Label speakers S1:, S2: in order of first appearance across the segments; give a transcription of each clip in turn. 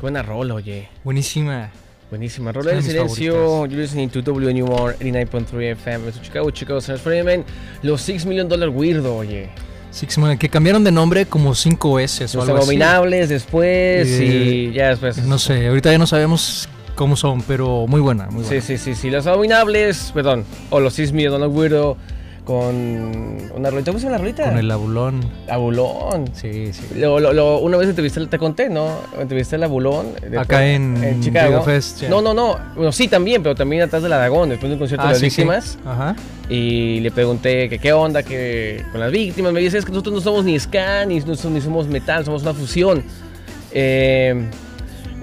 S1: buena rola, oye.
S2: Buenísima.
S1: Buenísima.
S2: Es
S1: Rola del
S2: una de mis
S1: silencio. You're listening to WNUR 89.3 FM. It's Chicago, Chicago, San Experiment. Los 6 million dollar weirdo, oye.
S2: Six Million, que cambiaron de nombre como 5 S o
S1: Los
S2: algo así.
S1: abominables después
S2: Eh,
S1: y ya después.
S2: No sé, ahorita ya no sabemos cómo son, pero muy buena, muy
S1: Sí,
S2: buena.
S1: sí, sí, sí. Los abominables, perdón. O los 6 million dollar weirdo con una rolita. ¿Cómo se llama la rolita?
S2: Con el abulón.
S1: Abulón.
S2: Sí, sí.
S1: Lo- lo- lo- una vez entrevisté, te conté, ¿no? Entrevisté al Abulón. eh, después-
S2: Acá en
S1: Chicago.
S2: Video Fest, ya.
S1: No, no, no. Bueno, sí, también, pero también atrás del Aragón, después de un concierto de las
S2: Ah, sí, sí.
S1: víctimas.
S2: Ajá.
S1: Y le pregunté que qué onda que con las víctimas. Me dice, es que nosotros no somos ni ska, ni, no so- ni somos metal, somos una fusión. Eh,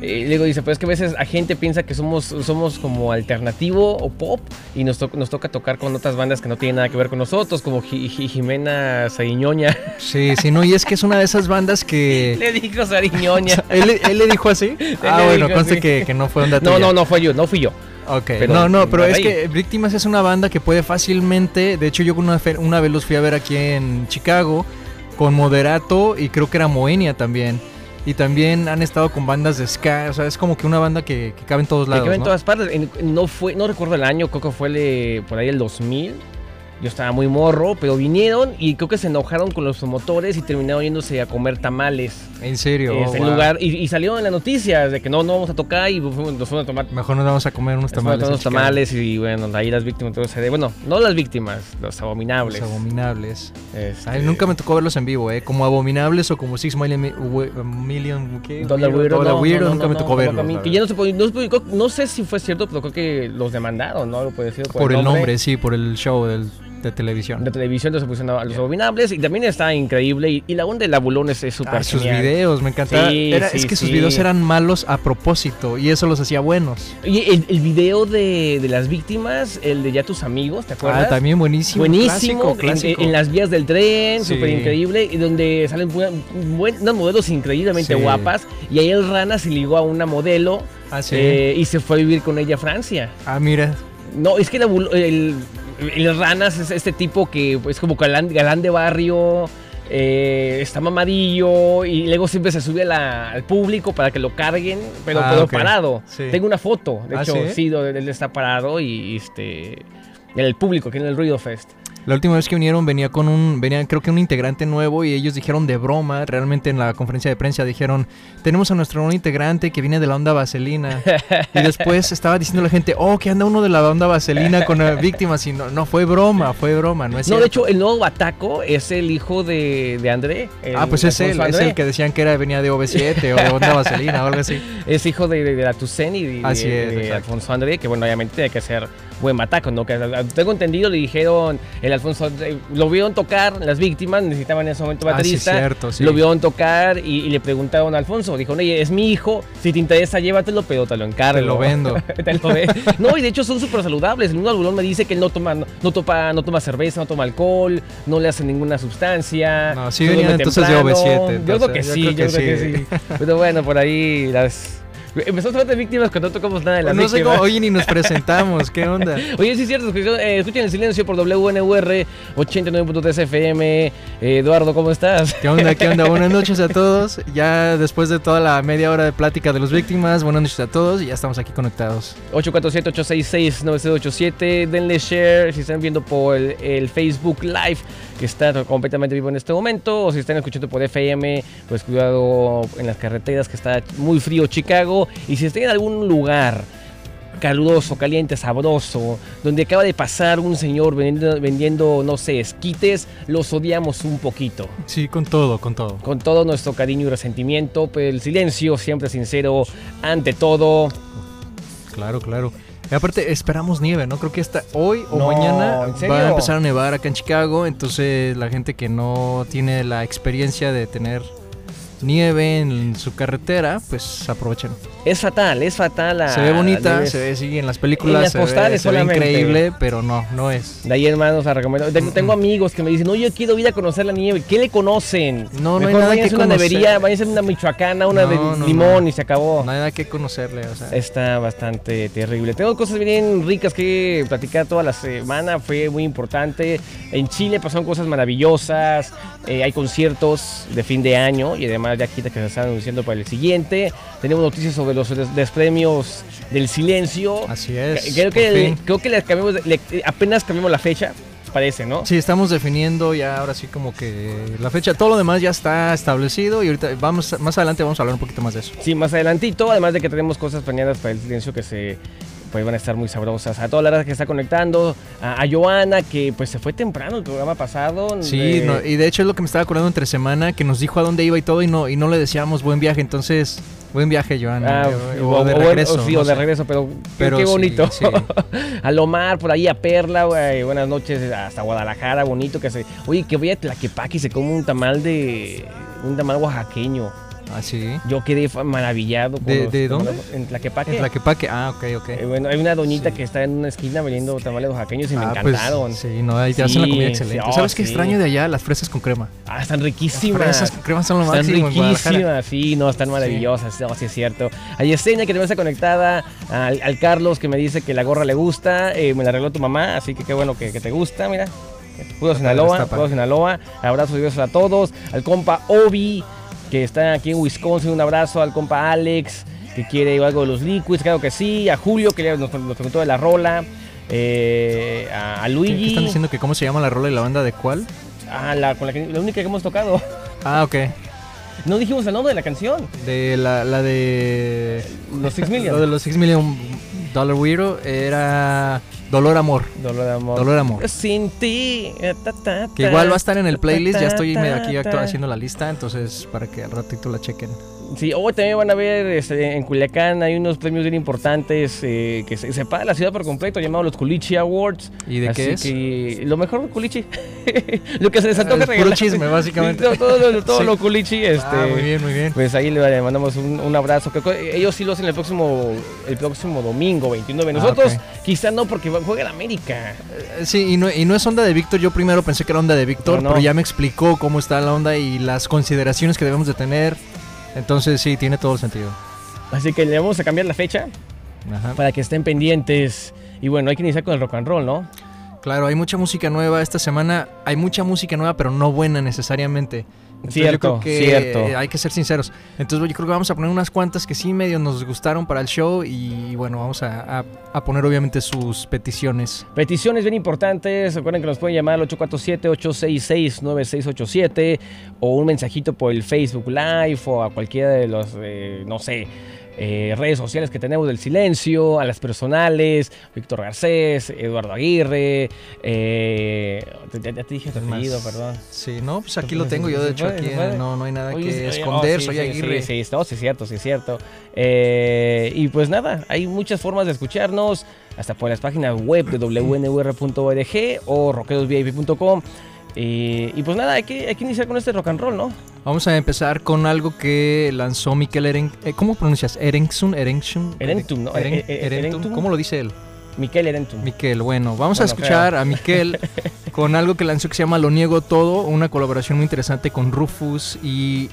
S1: y luego dice, pero es que a veces la gente piensa que somos, somos como alternativo o pop y nos, to- nos toca tocar con otras bandas que no tienen nada que ver con nosotros, como Ji- Ji- Jimena Sariñoña.
S2: Sí, sí, no, y es que es una de esas bandas que.
S1: le dijo Sariñoña.
S2: ¿Él, él le dijo así? Ah,
S1: le
S2: bueno,
S1: dijo
S2: conste
S1: así.
S2: que, que no fue onda
S1: No,
S2: tuya.
S1: no, no fue yo, no fui yo.
S2: Ok,
S1: Pero
S2: no, no, pero
S1: me
S2: es
S1: reí.
S2: que Víctimas es una banda que puede fácilmente. De hecho, yo una, fe- una vez los fui a ver aquí en Chicago con Moderato y creo que era Moenia también. Y también han estado con bandas de Ska. O sea, es como que una banda que, que cabe en todos
S1: Me
S2: lados.
S1: quedé en
S2: ¿no?
S1: todas partes. En- no, fue, no recuerdo el año, creo que fue el de- por ahí el 2000. Yo estaba muy morro, pero vinieron y creo que se enojaron con los promotores y terminaron yéndose a comer tamales.
S2: En serio. Oh,
S1: Este, en
S2: wow.
S1: lugar, y, y salieron en las noticias de que no, no vamos a tocar y fuimos- nos fueron a tomar
S2: Mejor nos vamos a comer unos
S1: nos fueron a
S2: tamales.
S1: tomar
S2: en
S1: unos
S2: Chicago.
S1: tamales y bueno, ahí las víctimas, todo ese de- bueno, no las víctimas, los
S2: Los
S1: abominables.
S2: abominables.
S1: Este,
S2: Ay, nunca me tocó verlos en vivo, ¿eh? Como abominables o como Six Million. Mi- We- million ¿qué?
S1: Dollar
S2: Weirdo,
S1: Weirdo,
S2: Dollar
S1: no,
S2: Weirdo,
S1: no, no,
S2: nunca
S1: no,
S2: me
S1: no,
S2: tocó
S1: tampoco
S2: verlos.
S1: a mí,
S2: la
S1: que ya
S2: verdad.
S1: no, se pudi- no se pudi- no sé si fue cierto, pero creo que los demandaron, ¿no? Algo parecido
S2: por, el nombre, sí, por el show del- de televisión.
S1: de televisión, entonces pusieron a los abominables y también está increíble. Y, y la onda del abulón es es súper
S2: Ah, sus
S1: genial.
S2: videos, me encantaba.
S1: Sí,
S2: Era-
S1: sí,
S2: es que sus
S1: sí.
S2: videos eran malos a propósito y eso los hacía buenos.
S1: Y el, el video de, de las víctimas, el de ya tus amigos, ¿te acuerdas?
S2: Ah, también buenísimo.
S1: Buenísimo,
S2: clásico,
S1: en- en-
S2: clásico.
S1: En, las vías del tren,
S2: Sí.
S1: súper increíble, y donde salen bu- buen- unas modelos increíblemente
S2: Sí.
S1: guapas. Y ahí el rana se ligó a una modelo
S2: Ah, sí.
S1: eh, y se fue a vivir con ella a Francia.
S2: Ah, mira.
S1: No, es que el, abul- el, el Ranas es este tipo que es como galán, galán de barrio, eh, está mamadillo y luego siempre se sube a la- al público para que lo carguen, pero,
S2: Ah,
S1: pero
S2: ok.
S1: parado.
S2: Sí.
S1: Tengo una foto, de
S2: ¿Ah,
S1: hecho,
S2: sí?
S1: sí, donde él está parado y este, en el público, que en el Ruido Fest.
S2: La última vez que vinieron venía con un, venía creo que un integrante nuevo y ellos dijeron de broma, realmente en la conferencia de prensa dijeron, tenemos a nuestro nuevo integrante que viene de la onda vaselina. y después estaba diciendo la gente, oh, que anda uno de la onda vaselina con eh, víctimas y no, no, fue broma, fue broma, no es
S1: No, de
S2: cierto.
S1: hecho, el nuevo Bataco es el hijo de, de André. el
S2: Ah, pues es él,
S1: Alfonso
S2: es
S1: André.
S2: el que decían que era venía de OV7 o de onda vaselina o algo así.
S1: Es hijo de, de, de la Toussaint y de,
S2: Así
S1: de-
S2: es,
S1: de
S2: exacto.
S1: Alfonso André, que bueno, obviamente tiene que ser buen bataco, ¿no? Que, a- tengo entendido, le dijeron, el Alfonso André, lo vieron tocar, las víctimas necesitaban en ese momento
S2: Ah, sí,
S1: baterista.
S2: cierto, sí.
S1: Lo vieron tocar y, y le preguntaron a Alfonso, dijo, oye, es mi hijo, si te interesa llévatelo, pero te lo encargo.
S2: Te lo vendo.
S1: Te lo ve- No, y de hecho son súper saludables. El mismo algodón me dice que él no toma, no, no topa- no toma cerveza, no toma alcool, no le hace ninguna sustancia.
S2: No, sí
S1: se
S2: venían
S1: duerme
S2: entonces de
S1: temprano.
S2: OV7,
S1: Yo creo que
S2: entonces,
S1: sí, yo creo que sí. Pero bueno, por ahí las... Empezamos a hablar de víctimas cuando no tocamos nada de las
S2: Pues no sé
S1: víctimas.
S2: cómo, oye, ni nos presentamos, ¿qué onda?
S1: Oye, sí es cierto, escuchen, eh, escuchen el silencio por WNUR 89.3 FM. Eh, Eduardo, ¿cómo estás?
S2: ¿Qué onda, qué onda? Buenas noches a todos. Ya después de toda la media hora de plática de los víctimas, buenas noches a todos y ya estamos aquí conectados.
S1: 847-866-9087. Denle share si están viendo por el, el Facebook Live, que está completamente vivo en este momento, o si están escuchando por FM, pues cuidado en las carreteras, que está muy frío Chicago. Y si están en algún lugar caluroso, caliente, sabroso, donde acaba de pasar un señor vendiendo, vendiendo no sé, esquites, los odiamos un poquito.
S2: Sí, con todo, con todo.
S1: Con todo nuestro cariño y resentimiento, pero el silencio siempre sincero, ante todo.
S2: Claro, claro. Y aparte, esperamos nieve, ¿no? Creo que esta hoy o
S1: No,
S2: mañana
S1: ¿en
S2: va a
S1: serio?
S2: empezar a nevar acá en Chicago. Entonces, la gente que no tiene la experiencia de tener nieve en su carretera, pues aprovechen.
S1: Es fatal, es fatal. la-
S2: se ve
S1: la
S2: bonita,
S1: nieve.
S2: se ve, sí, en las películas
S1: En las
S2: se ve-
S1: postales
S2: se ve
S1: solamente.
S2: increíble, pero no, no es.
S1: De ahí, hermanos, la recomiendo. Tengo, tengo amigos que me dicen, no, yo quiero ir a conocer la nieve. ¿Qué le conocen?
S2: No, no
S1: Mejor
S2: hay nada
S1: váyanse
S2: que
S1: a una
S2: conocer.
S1: nevería, váyanse a una michoacana, una de
S2: No, no,
S1: limón
S2: no.
S1: y se acabó.
S2: Nada que conocerle, o sea.
S1: Está bastante terrible. Tengo cosas bien ricas que platicar toda la semana, fue muy importante. En Chile pasaron cosas maravillosas, eh, hay conciertos de fin de año y además algunas yaquitas que se están anunciando para el siguiente. Tenemos noticias sobre los des- despremios del silencio.
S2: Así es.
S1: Creo
S2: Pues, por
S1: que,
S2: fin.
S1: creo que le cambiamos de- le- eh, apenas cambiamos la fecha, parece, ¿no?
S2: Sí, estamos definiendo ya ahora sí como que la fecha. Todo lo demás ya está establecido y ahorita vamos más adelante vamos a hablar un poquito más de eso.
S1: Sí, más adelantito, además de que tenemos cosas planeadas para el silencio que se pues van a estar muy sabrosas. A toda la raza que está conectando, a, a Joana que pues se fue temprano el programa pasado.
S2: Sí,
S1: eh,
S2: no, y de hecho es lo que me estaba acordando entre semana que nos dijo a dónde iba y todo y no y no le deseamos buen viaje, entonces buen viaje, Joana.
S1: ah,
S2: o, o de
S1: bueno,
S2: regreso.
S1: sí,
S2: no
S1: o de
S2: sé.
S1: regreso, pero,
S2: Pero
S1: qué
S2: sí,
S1: bonito.
S2: sí.
S1: a Lomar, por ahí a Perla, güey, buenas noches, hasta Guadalajara, bonito que se. Oye, que voy a Tlaquepaque y se come un tamal de. un tamal oaxaqueño.
S2: Ah, sí.
S1: Yo quedé fa- maravillado. con
S2: ¿De-
S1: los
S2: de dónde?
S1: tamales- En Tlaquepaque.
S2: En Tlaquepaque. Ah, ok, ok.
S1: Eh, bueno, hay una doñita
S2: Sí.
S1: que está en una esquina vendiendo tamales oaxaqueños y me
S2: Ah, pues,
S1: encantaron.
S2: sí, no, ahí te hacen la
S1: Sí,
S2: comida excelente.
S1: sí, oh,
S2: ¿Sabes qué
S1: sí.
S2: extraño de allá? Las fresas con crema.
S1: Ah, están
S2: Las
S1: riquísimas.
S2: fresas con crema son lo
S1: Están
S2: máximo en Guadalajara.
S1: riquísimas, sí, no, están maravillosas, no, sí es cierto. A Yesenia, que también está conectada, al, al Carlos, que me dice que la gorra le gusta, eh, me la arregló tu mamá, así que qué bueno que, que te gusta, mira. Pudo
S2: Está padre,
S1: Sinaloa,
S2: está padre.
S1: pudo Sinaloa, abrazos y besos a todos. Al compa Obi, que está aquí en Wisconsin, un abrazo. Al compa Alex, que quiere algo de los liquids, claro que sí. A Julio, que ya nos, nos preguntó de la rola. eh, a, a
S2: ¿Qué- qué
S1: Luigi,
S2: están diciendo que cómo se llama la rola y la banda de cuál?
S1: a la, con la, que- la única que hemos tocado.
S2: Ah, ok.
S1: No dijimos el nombre de la canción.
S2: De la, la de.
S1: Los Six Million.
S2: Lo de los 6 million dollar weirdo era. Dolor Amor.
S1: Dolor de amor.
S2: Dolor Amor.
S1: Sin ti. eh, ta, ta, ta.
S2: Que igual va a estar en el playlist. Ya estoy medio aquí
S1: Ta, ta,
S2: actu-
S1: ta.
S2: haciendo la lista. Entonces, para que al ratito la chequen.
S1: Sí, hoy también van a ver este, en Culiacán hay unos premios bien importantes eh, que se separa la ciudad por completo, llamados los Culichi Awards.
S2: ¿Y de qué Ah,
S1: Así que lo mejor de Culichi. lo que se les antoje
S2: Es puro
S1: regalar.
S2: chisme, básicamente.
S1: Sí, Todo, todo, todo
S2: Sí.
S1: lo Culichi. Este,
S2: Ah, muy bien, muy bien.
S1: Pues ahí le mandamos un, un abrazo. Creo que Ellos sí lo hacen el próximo, el próximo domingo, 29.
S2: Ah,
S1: Nosotros
S2: ok.
S1: quizá no porque juega el América.
S2: Eh, Sí, y no, y no es onda de Víctor. Yo primero pensé que era onda de Víctor,
S1: No, no.
S2: pero ya me explicó cómo está la onda y las consideraciones que debemos de tener. Entonces, sí, tiene todo el sentido.
S1: Así que le vamos a cambiar la fecha
S2: Ajá.
S1: para que estén pendientes. Y bueno, hay que iniciar con el rock and roll, ¿no?
S2: Claro, hay mucha música nueva esta semana. Hay mucha música nueva, pero no buena necesariamente. Entonces,
S1: Cierto,
S2: yo creo que
S1: cierto.
S2: eh, Hay que ser sinceros. Entonces yo creo que vamos a poner unas cuantas que sí medio nos gustaron para el show y bueno, vamos a, a- a poner obviamente sus peticiones.
S1: Peticiones bien importantes. Recuerden que nos pueden llamar al 847-866-9687 o un mensajito por el Facebook Live o a cualquiera de los, eh, no sé, eh, redes sociales que tenemos del silencio, a las personales, Víctor Garcés, Eduardo Aguirre. eh, ya, ya te dije tu
S2: ¿Quién más?
S1: apellido, perdón.
S2: Sí, no, pues aquí
S1: Sí,
S2: lo
S1: sí,
S2: tengo
S1: sí,
S2: yo, de
S1: sí,
S2: hecho
S1: puede,
S2: aquí
S1: sí, puede.
S2: eh, no, no hay nada
S1: Oye, sí,
S2: que
S1: oye,
S2: esconder,
S1: oh, sí,
S2: soy
S1: sí,
S2: Aguirre.
S1: Sí, sí, no, sí, es cierto, sí, es cierto. Eh, y pues nada, hay muchas formas de escucharnos, hasta por las páginas web de wnur.org o rockerosvip.com. Eh, y pues nada, hay que, hay que iniciar con este rock and roll, ¿no?
S2: Vamos a empezar con algo que lanzó Miquel Eren... eh, ¿Cómo pronuncias? Erenxun, Erenxun.
S1: Erentum, ¿no?
S2: Eren-
S1: E- e-
S2: Erentum,
S1: Erentum.
S2: ¿Cómo lo dice él?
S1: Miquel Erentum.
S2: Miquel, bueno, vamos a
S1: Bueno,
S2: escuchar a Miquel con algo que lanzó que se llama Lo Niego Todo, una colaboración muy interesante con Rufus y.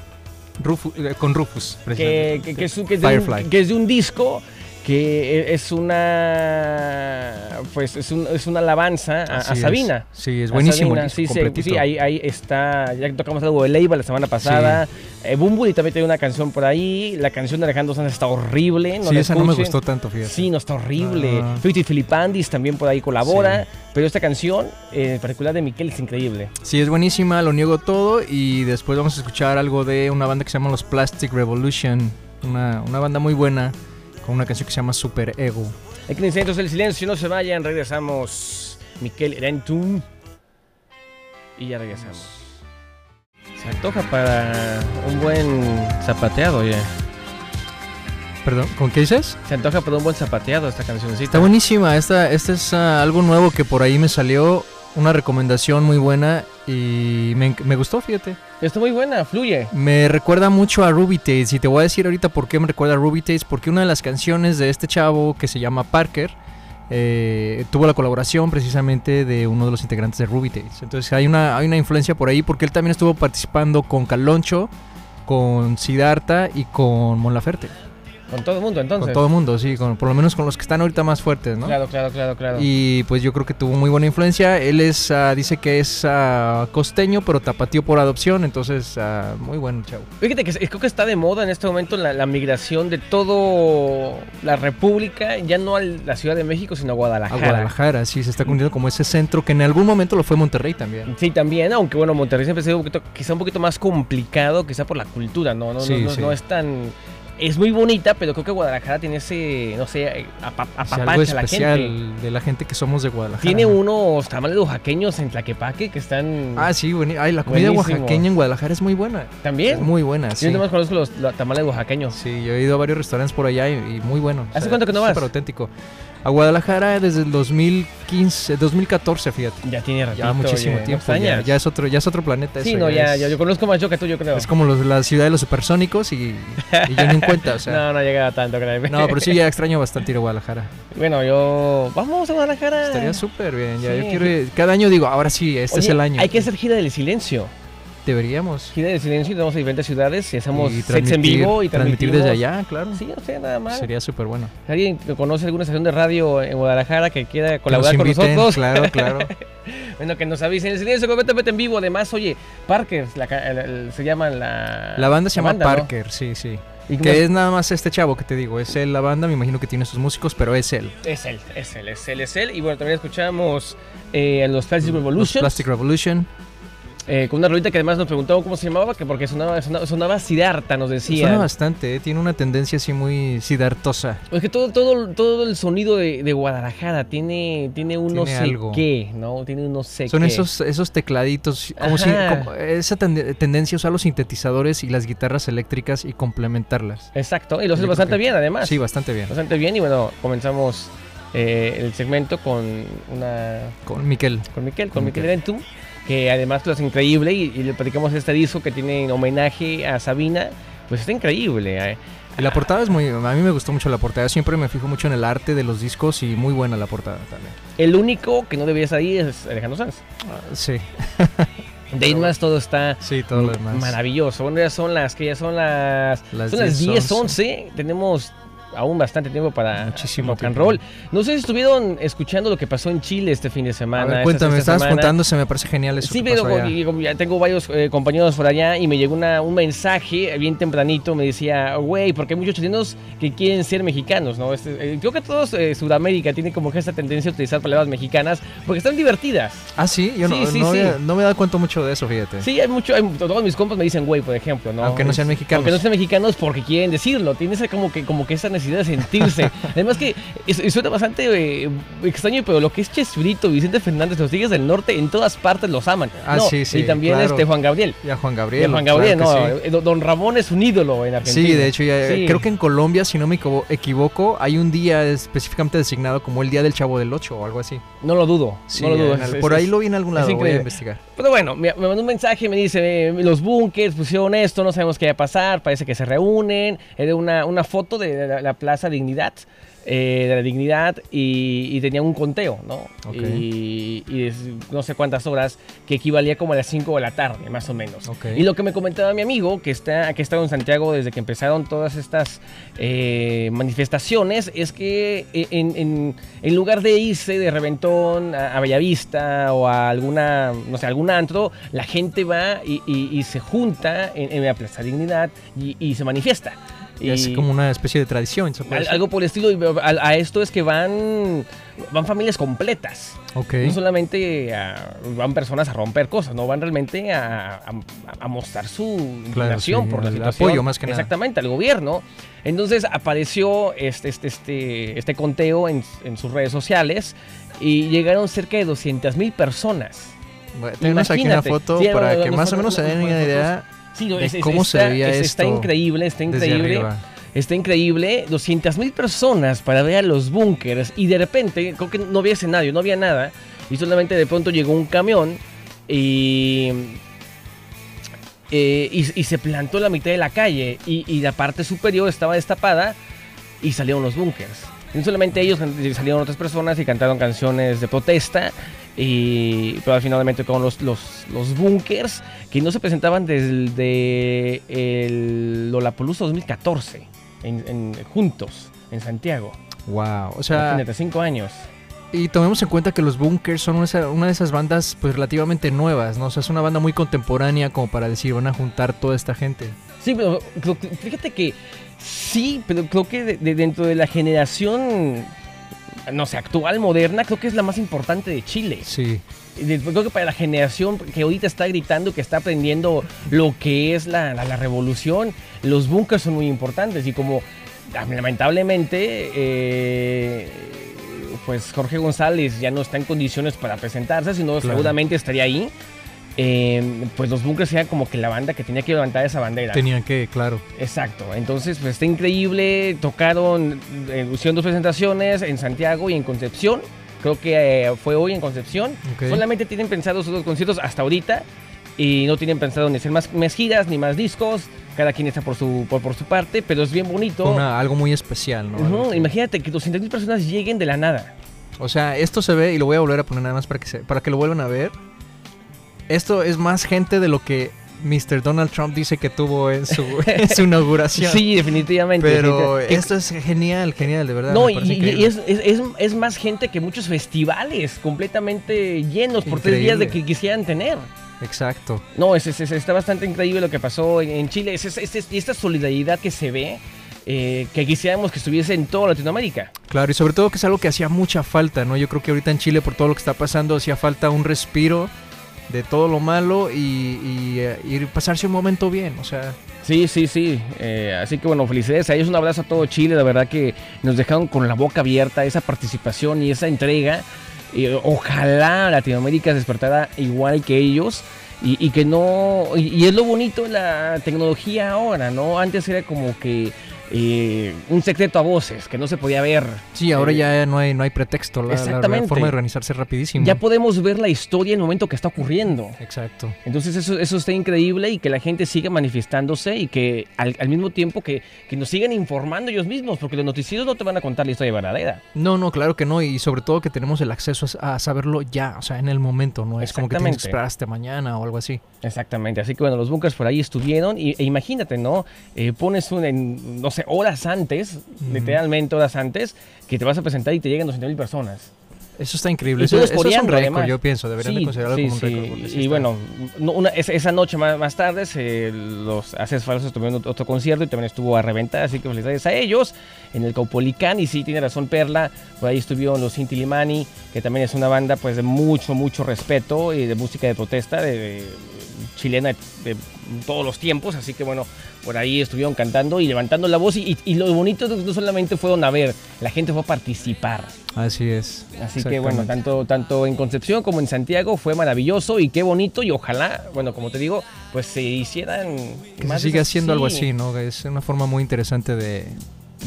S2: Rufu- eh, con Rufus,
S1: que,
S2: precisamente.
S1: que- que es, un- que es de un,
S2: Firefly.
S1: que es de un disco que es una pues es, un- es una alabanza a, a
S2: Así es.
S1: Sabina.
S2: Sí, es
S1: A
S2: buenísimo.
S1: Sabina,
S2: el disco
S1: sí, sí,
S2: completito.
S1: sí, ahí, ahí está. Ya tocamos algo de Leiva la semana pasada. Eh, Bumburi también tiene una canción por ahí. La canción de Alejandro Sanz está horrible. No
S2: Sí,
S1: la
S2: esa no me
S1: escuchen.
S2: gustó tanto, fíjate.
S1: Sí, no está horrible.
S2: Ah.
S1: Fifty Filipandis también por ahí colabora. Pero esta canción, eh, en particular de Miquel, es increíble.
S2: Sí, es buenísima, Lo Niego Todo. Y después vamos a escuchar algo de una banda que se llama Los Plastic Revolution. Una, una banda muy buena con una canción que se llama Super Ego.
S1: Hay que iniciar entonces el silencio. No se vayan. Regresamos. Miquel Erentum. Y ya regresamos. Se antoja para un buen zapateado, oye.
S2: Perdón, ¿con qué dices?
S1: Se antoja para un buen zapateado esta cancioncita.
S2: Está buenísima, esta, esta es ah, algo nuevo que por ahí me salió, una recomendación muy buena y me, enc- me gustó, fíjate.
S1: Está muy buena, fluye.
S2: Me recuerda mucho a Ruby Tates y te voy a decir ahorita por qué me recuerda a Ruby Tates, porque una de las canciones de este chavo que se llama Parker eh, tuvo la colaboración precisamente de uno de los integrantes de Ruby Tates. Entonces hay una, hay una influencia por ahí porque él también estuvo participando con Caloncho, con Siddhartha y con Mon Laferte.
S1: Con todo el mundo, entonces.
S2: Con todo el mundo, sí, con, por lo menos con los que están ahorita más fuertes, ¿no?
S1: Claro, claro, claro, claro.
S2: Y pues yo creo que tuvo muy buena influencia. Él es, ah, dice que es ah, costeño, pero tapatío por adopción, entonces ah, muy buen chavo.
S1: Fíjate que es- creo que está de moda en este momento la, la migración de todo la República, ya no a la Ciudad de México, sino a
S2: A
S1: Guadalajara.
S2: Guadalajara, sí, se está convirtiendo como ese centro que en algún momento lo fue Monterrey también.
S1: Sí, también, aunque bueno, Monterrey siempre ha sido un poquito, quizá un poquito más complicado, quizá por la cultura, ¿no? No, no,
S2: Sí,
S1: no,
S2: sí.
S1: no es tan... Es muy bonita, pero creo que Guadalajara tiene ese, no sé, apa-
S2: O sea, algo
S1: apapacha a la
S2: especial
S1: gente.
S2: de la gente que somos de Guadalajara.
S1: Tiene
S2: ¿no?
S1: unos tamales oaxaqueños en Tlaquepaque que están...
S2: Ah, sí, bueni- Ay, la comida
S1: Buenísimo.
S2: oaxaqueña en Guadalajara es muy buena. Es
S1: ¿También?
S2: muy buena, sí.
S1: Yo nomás conozco los, los tamales oaxaqueños.
S2: Sí, yo he ido a varios restaurantes por allá y, y muy bueno.
S1: ¿Hace cuánto que no vas?
S2: Súper auténtico. A Guadalajara desde el 2015, 2014, fíjate.
S1: Ya tiene ratito.
S2: Ya muchísimo
S1: oye, ¿no
S2: tiempo. Ya,
S1: extrañas?
S2: ya es otro, ya es otro planeta.
S1: Sí,
S2: eso,
S1: no, ya,
S2: es,
S1: ya, yo conozco más yo que tú, yo creo.
S2: es como los- la ciudad de los supersónicos y, y yo ni en cuenta, o sea.
S1: no, no llegaba tanto, créeme.
S2: no. pero sí, ya extraño bastante ir a Guadalajara.
S1: Bueno, yo... Vamos a Guadalajara.
S2: Estaría súper bien. Ya,
S1: Ah. Sí.
S2: yo quiero ir- Cada año digo, ahora sí, este es
S1: Oye,
S2: el año.
S1: Hay que hacer gira del silencio.
S2: Deberíamos.
S1: Gira del silencio y nos vamos a diferentes ciudades y hacemos
S2: Y
S1: sets en vivo y
S2: transmitir
S1: transmitimos.
S2: desde allá, claro.
S1: Sí, o sea, nada más.
S2: Sería súper bueno.
S1: Alguien que conoce alguna estación de radio en Guadalajara que quiera
S2: Que nos
S1: colaborar con
S2: inviten,
S1: nosotros,
S2: Claro, claro.
S1: bueno, que nos avisen. El silencio completamente en vivo. Además, oye, Parker, la ca- el- el- se llama la.
S2: La banda se llama
S1: banda, ¿no?
S2: Parker, sí, sí.
S1: ¿Y cómo
S2: Que es nada más este chavo que te digo, es él la banda, me imagino que tiene sus músicos, pero es él.
S1: Es él, es él, es él, es él. Y bueno, también escuchamos eh, los Plastic
S2: Los
S1: Revolution.
S2: Plastic Revolution.
S1: eh, con una rolita que además nos preguntaban cómo se llamaba, que porque sonaba, sonaba, sonaba Siddhartha, nos decían.
S2: Suena bastante, eh, tiene una tendencia así muy sidartosa.
S1: Es que todo, todo, todo el sonido de, de Guadalajara tiene, tiene un no
S2: Tiene
S1: sé
S2: algo.
S1: qué, ¿no? Tiene un no sé
S2: Son
S1: qué.
S2: esos, esos tecladitos, como si,
S1: Ajá.
S2: como- esa tende- tendencia a usar los sintetizadores y las guitarras eléctricas y complementarlas.
S1: Exacto, y lo hace
S2: Yo creo
S1: bastante
S2: que-
S1: bien además.
S2: Sí, bastante bien.
S1: Bastante bien y bueno, comenzamos eh, el segmento con una...
S2: Con Miquel.
S1: Con Miquel, con,
S2: Con
S1: Miquel
S2: Miquel.
S1: Eventum, que además lo hace increíble y, y le platicamos este disco que tiene en homenaje a Sabina. Pues está increíble. eh.
S2: Y la portada es muy, a mí me gustó mucho la portada, siempre me fijo mucho en el arte de los discos y muy buena la portada también.
S1: El único que no debería salir es Alejandro Sanz.
S2: Ah, sí,
S1: De ahí en más todo está
S2: sí, todo lo demás.
S1: Maravilloso. Bueno, ya son las que ya son las,
S2: Las
S1: son las
S2: 10,
S1: 10, 11.
S2: 11.
S1: Tenemos aún bastante tiempo para
S2: Muchísimo
S1: rock and
S2: tiempo.
S1: roll. No sé si estuvieron escuchando lo que pasó en Chile este fin de
S2: A
S1: semana.
S2: ver,
S1: esta-
S2: cuéntame, me
S1: esta
S2: estabas
S1: semana.
S2: contando, se me parece genial eso.
S1: Sí,
S2: que
S1: pero
S2: pasó allá.
S1: con- digo, ya tengo varios eh, compañeros por allá y me llegó una- un mensaje bien tempranito. Me decía, güey, porque hay muchos chilenos que quieren ser mexicanos, ¿no? Este, eh, creo que todos eh, Sudamérica tienen como que esta tendencia a utilizar palabras mexicanas porque están divertidas.
S2: Ah, sí, yo no,
S1: Sí, sí,
S2: no,
S1: sí.
S2: había- no me he dado cuenta mucho de eso, fíjate.
S1: Sí, hay mucho, hay- todos mis compas me dicen güey, por ejemplo, ¿no?
S2: Aunque no sean mexicanos.
S1: Aunque no sean mexicanos porque quieren decirlo, tienen esa como que, como que esa necesidad de sentirse. Además que es- es- suena bastante eh, extraño, pero lo que es Chespirito, Vicente Fernández, los Tigres del Norte, en todas partes los aman.
S2: Ah,
S1: No,
S2: sí, sí,
S1: Y también
S2: claro.
S1: este Juan Gabriel.
S2: Y a Juan
S1: Y
S2: Gabriel.
S1: Juan Gabriel,
S2: claro que
S1: ¿no? Eh, don- Don Ramón es un ídolo en
S2: Sí.
S1: Argentina.
S2: Sí, de hecho, ya, eh,
S1: Sí.
S2: creo que en Colombia, si no me equivo- equivoco, hay un día específicamente designado como el Día del Chavo del Ocho o algo así.
S1: No lo dudo,
S2: Sí,
S1: no lo dudo.
S2: en al-
S1: Es-
S2: por
S1: es-
S2: ahí lo vi en
S1: es
S2: algún lado, voy a
S1: increíble.
S2: investigar.
S1: Pero bueno, me, me mandó un mensaje, me dice, eh, los bunkers pusieron esto, no sabemos qué va a pasar, parece que se reúnen, era una, una foto de la, la Plaza Dignidad, eh, de la Dignidad, y, y tenía un conteo, ¿no?
S2: Ok.
S1: Y, y es- no sé cuántas horas, que equivalía como a las 5 de la tarde, más o menos.
S2: Ok.
S1: Y lo que me comentaba mi amigo, que está que ha estado en Santiago desde que empezaron todas estas eh, manifestaciones, es que eh, en, en- en lugar de irse de Reventón a, a Bellavista o a alguna, no sé, algún antro, la gente va y, y- y se junta en, en la Plaza Dignidad y, y se manifiesta.
S2: Y es como una especie de tradición, ¿se puede
S1: al-
S2: decir?
S1: algo por el estilo, y a, a esto es que van, van familias completas.
S2: Ok.
S1: No solamente ah, van personas a romper cosas, no van realmente a, a- a mostrar su indignación
S2: sí,
S1: por la
S2: el
S1: situación.
S2: apoyo, más que nada.
S1: Exactamente, al gobierno. Entonces apareció este, este, este, este conteo en, en sus redes sociales y llegaron cerca de 200 mil personas.
S2: Bueno, tenemos aquí una
S1: imagínate.
S2: foto
S1: Sí,
S2: para
S1: bueno,
S2: que
S1: nos
S2: más o
S1: fueron-
S2: menos se
S1: nos
S2: den una
S1: fueron
S2: idea
S1: Sí,
S2: de
S1: es- es-
S2: cómo se
S1: está-
S2: veía
S1: es- Está
S2: esto
S1: increíble, está
S2: desde
S1: increíble.
S2: arriba.
S1: Está increíble, 200.000 personas para ver a los búnkers y de repente, creo que no había escenario, no había nada y solamente de pronto llegó un camión y, eh, y, y se plantó en la mitad de la calle y, y la parte superior estaba destapada y salieron los búnkers. No solamente ellos, salieron otras personas y cantaron canciones de protesta, y, pero finalmente con los, los, los búnkers que no se presentaban desde el Lollapalooza 2014. en- en- juntos en Santiago.
S2: Wow. O sea,
S1: Imagínate, cinco años.
S2: y tomemos en cuenta que los Bunkers son una, esa- una de esas bandas pues relativamente nuevas, ¿no? O sea, es una banda muy contemporánea como para decir, van a juntar toda esta gente.
S1: Sí, pero creo que- fíjate que sí, pero creo que de- de dentro de la generación, no sé, actual, moderna, creo que es la más importante de Chile.
S2: Sí.
S1: De- pues, Creo que para la generación que ahorita está gritando, que está aprendiendo lo que es la, la- la revolución, los bunkers son muy importantes. Y como ah, lamentablemente, eh, pues Jorge González ya no está en condiciones para presentarse, sino
S2: Claro.
S1: seguramente estaría ahí. eh, pues los bunkers eran como que la banda que tenía que levantar esa bandera.
S2: Tenían que, claro.
S1: Exacto, entonces pues está increíble, tocaron, eh, hicieron dos presentaciones en Santiago y en Concepción, creo que eh, fue hoy en Concepción,
S2: Ok.
S1: solamente tienen pensados esos dos conciertos hasta ahorita y no tienen pensado ni hacer más, más giras ni más discos, cada quien está por su, por, por su parte, pero es bien bonito.
S2: Una- algo muy especial, ¿no? Algo
S1: Ujú,
S2: que-
S1: Imagínate que 200.000 personas lleguen de la nada.
S2: O sea, esto se ve y lo voy a volver a poner nada más para que se- para que lo vuelvan a ver. Esto es más gente de lo que Mr. Donald Trump dice que tuvo en su, en su inauguración.
S1: Sí, definitivamente.
S2: ah, pero
S1: definitivamente.
S2: esto es genial, genial, de verdad.
S1: No,
S2: me
S1: y,
S2: parece
S1: y-
S2: increíble.
S1: y es, es- es- es más gente que muchos festivales completamente llenos por tres días de que
S2: Increíble.
S1: quisieran tener.
S2: Exacto.
S1: No, es, es- es- está bastante increíble lo que pasó en, en Chile. Es, es- es- es- esta solidaridad que se ve, eh, que quisiéramos que estuviese en toda Latinoamérica.
S2: Claro, y sobre todo que es algo que hacía mucha falta, ¿no? Yo creo que ahorita en Chile, por todo lo que está pasando, hacía falta un respiro de todo lo malo y, y, eh, y pasarse un momento bien, o sea,
S1: Sí, sí, sí. Eh, así que bueno, felicidades a ellos. Un abrazo a todo Chile. La verdad que nos dejaron con la boca abierta esa participación y esa entrega. Y ojalá Latinoamérica se despertara igual que ellos. Y, y que no. Y, y es lo bonito de la tecnología ahora, ¿no? Antes era como que eh, un secreto a voces, que no se podía ver.
S2: sí, ahora
S1: Eh,
S2: ya no hay, no hay pretexto, la- la, la
S1: exactamente.
S2: forma de organizarse rapidísimo.
S1: ya podemos ver la historia en el momento que está ocurriendo.
S2: Exacto.
S1: Entonces eso, eso está increíble y que la gente siga manifestándose y que al, al mismo tiempo que, que nos sigan informando ellos mismos, porque los noticieros no te van a contar la historia verdadera.
S2: No, no, claro que no. Y sobre todo que tenemos el acceso a a saberlo ya, o sea, en el momento, ¿no? Es como que tienes
S1: Exactamente.
S2: que esperar hasta mañana o algo así.
S1: Exactamente, así que bueno, los bunkers por ahí estuvieron y, e imagínate, ¿no? Eh, pones un, en, no sé, horas antes,
S2: Ujú.
S1: literalmente horas antes, que te vas a presentar y te llegan 200.000 personas.
S2: Eso está increíble.
S1: Y
S2: Eso,
S1: todo
S2: eso es un
S1: esporeando,
S2: récord,
S1: además.
S2: yo pienso. Deberían de
S1: Sí,
S2: considerarlo
S1: sí,
S2: como un
S1: sí,
S2: récord. porque sí
S1: Y
S2: está-
S1: bueno, no, una- esa, esa noche más, más tarde se- los Haces Falsos tuvieron ot- otro concierto y también estuvo a reventar, así que felicidades a ellos en el Caupolicán. Y sí, tiene razón Perla, por ahí estuvieron los Inti Limani, que también es una banda pues de mucho, mucho respeto y de música de protesta de, de- chilena de todos los tiempos, así que bueno, por ahí estuvieron cantando y levantando la voz. Y, y- y lo bonito es que no solamente fueron a ver, la gente fue a participar.
S2: Así es.
S1: Así que bueno,
S2: exactamente.
S1: tanto, tanto en Concepción como en Santiago fue maravilloso y qué bonito y ojalá, bueno, como te digo, pues se hicieran...
S2: Que se
S1: más
S2: siga
S1: de esas-
S2: haciendo algo
S1: sí,
S2: así, ¿no? Es una forma muy interesante de. de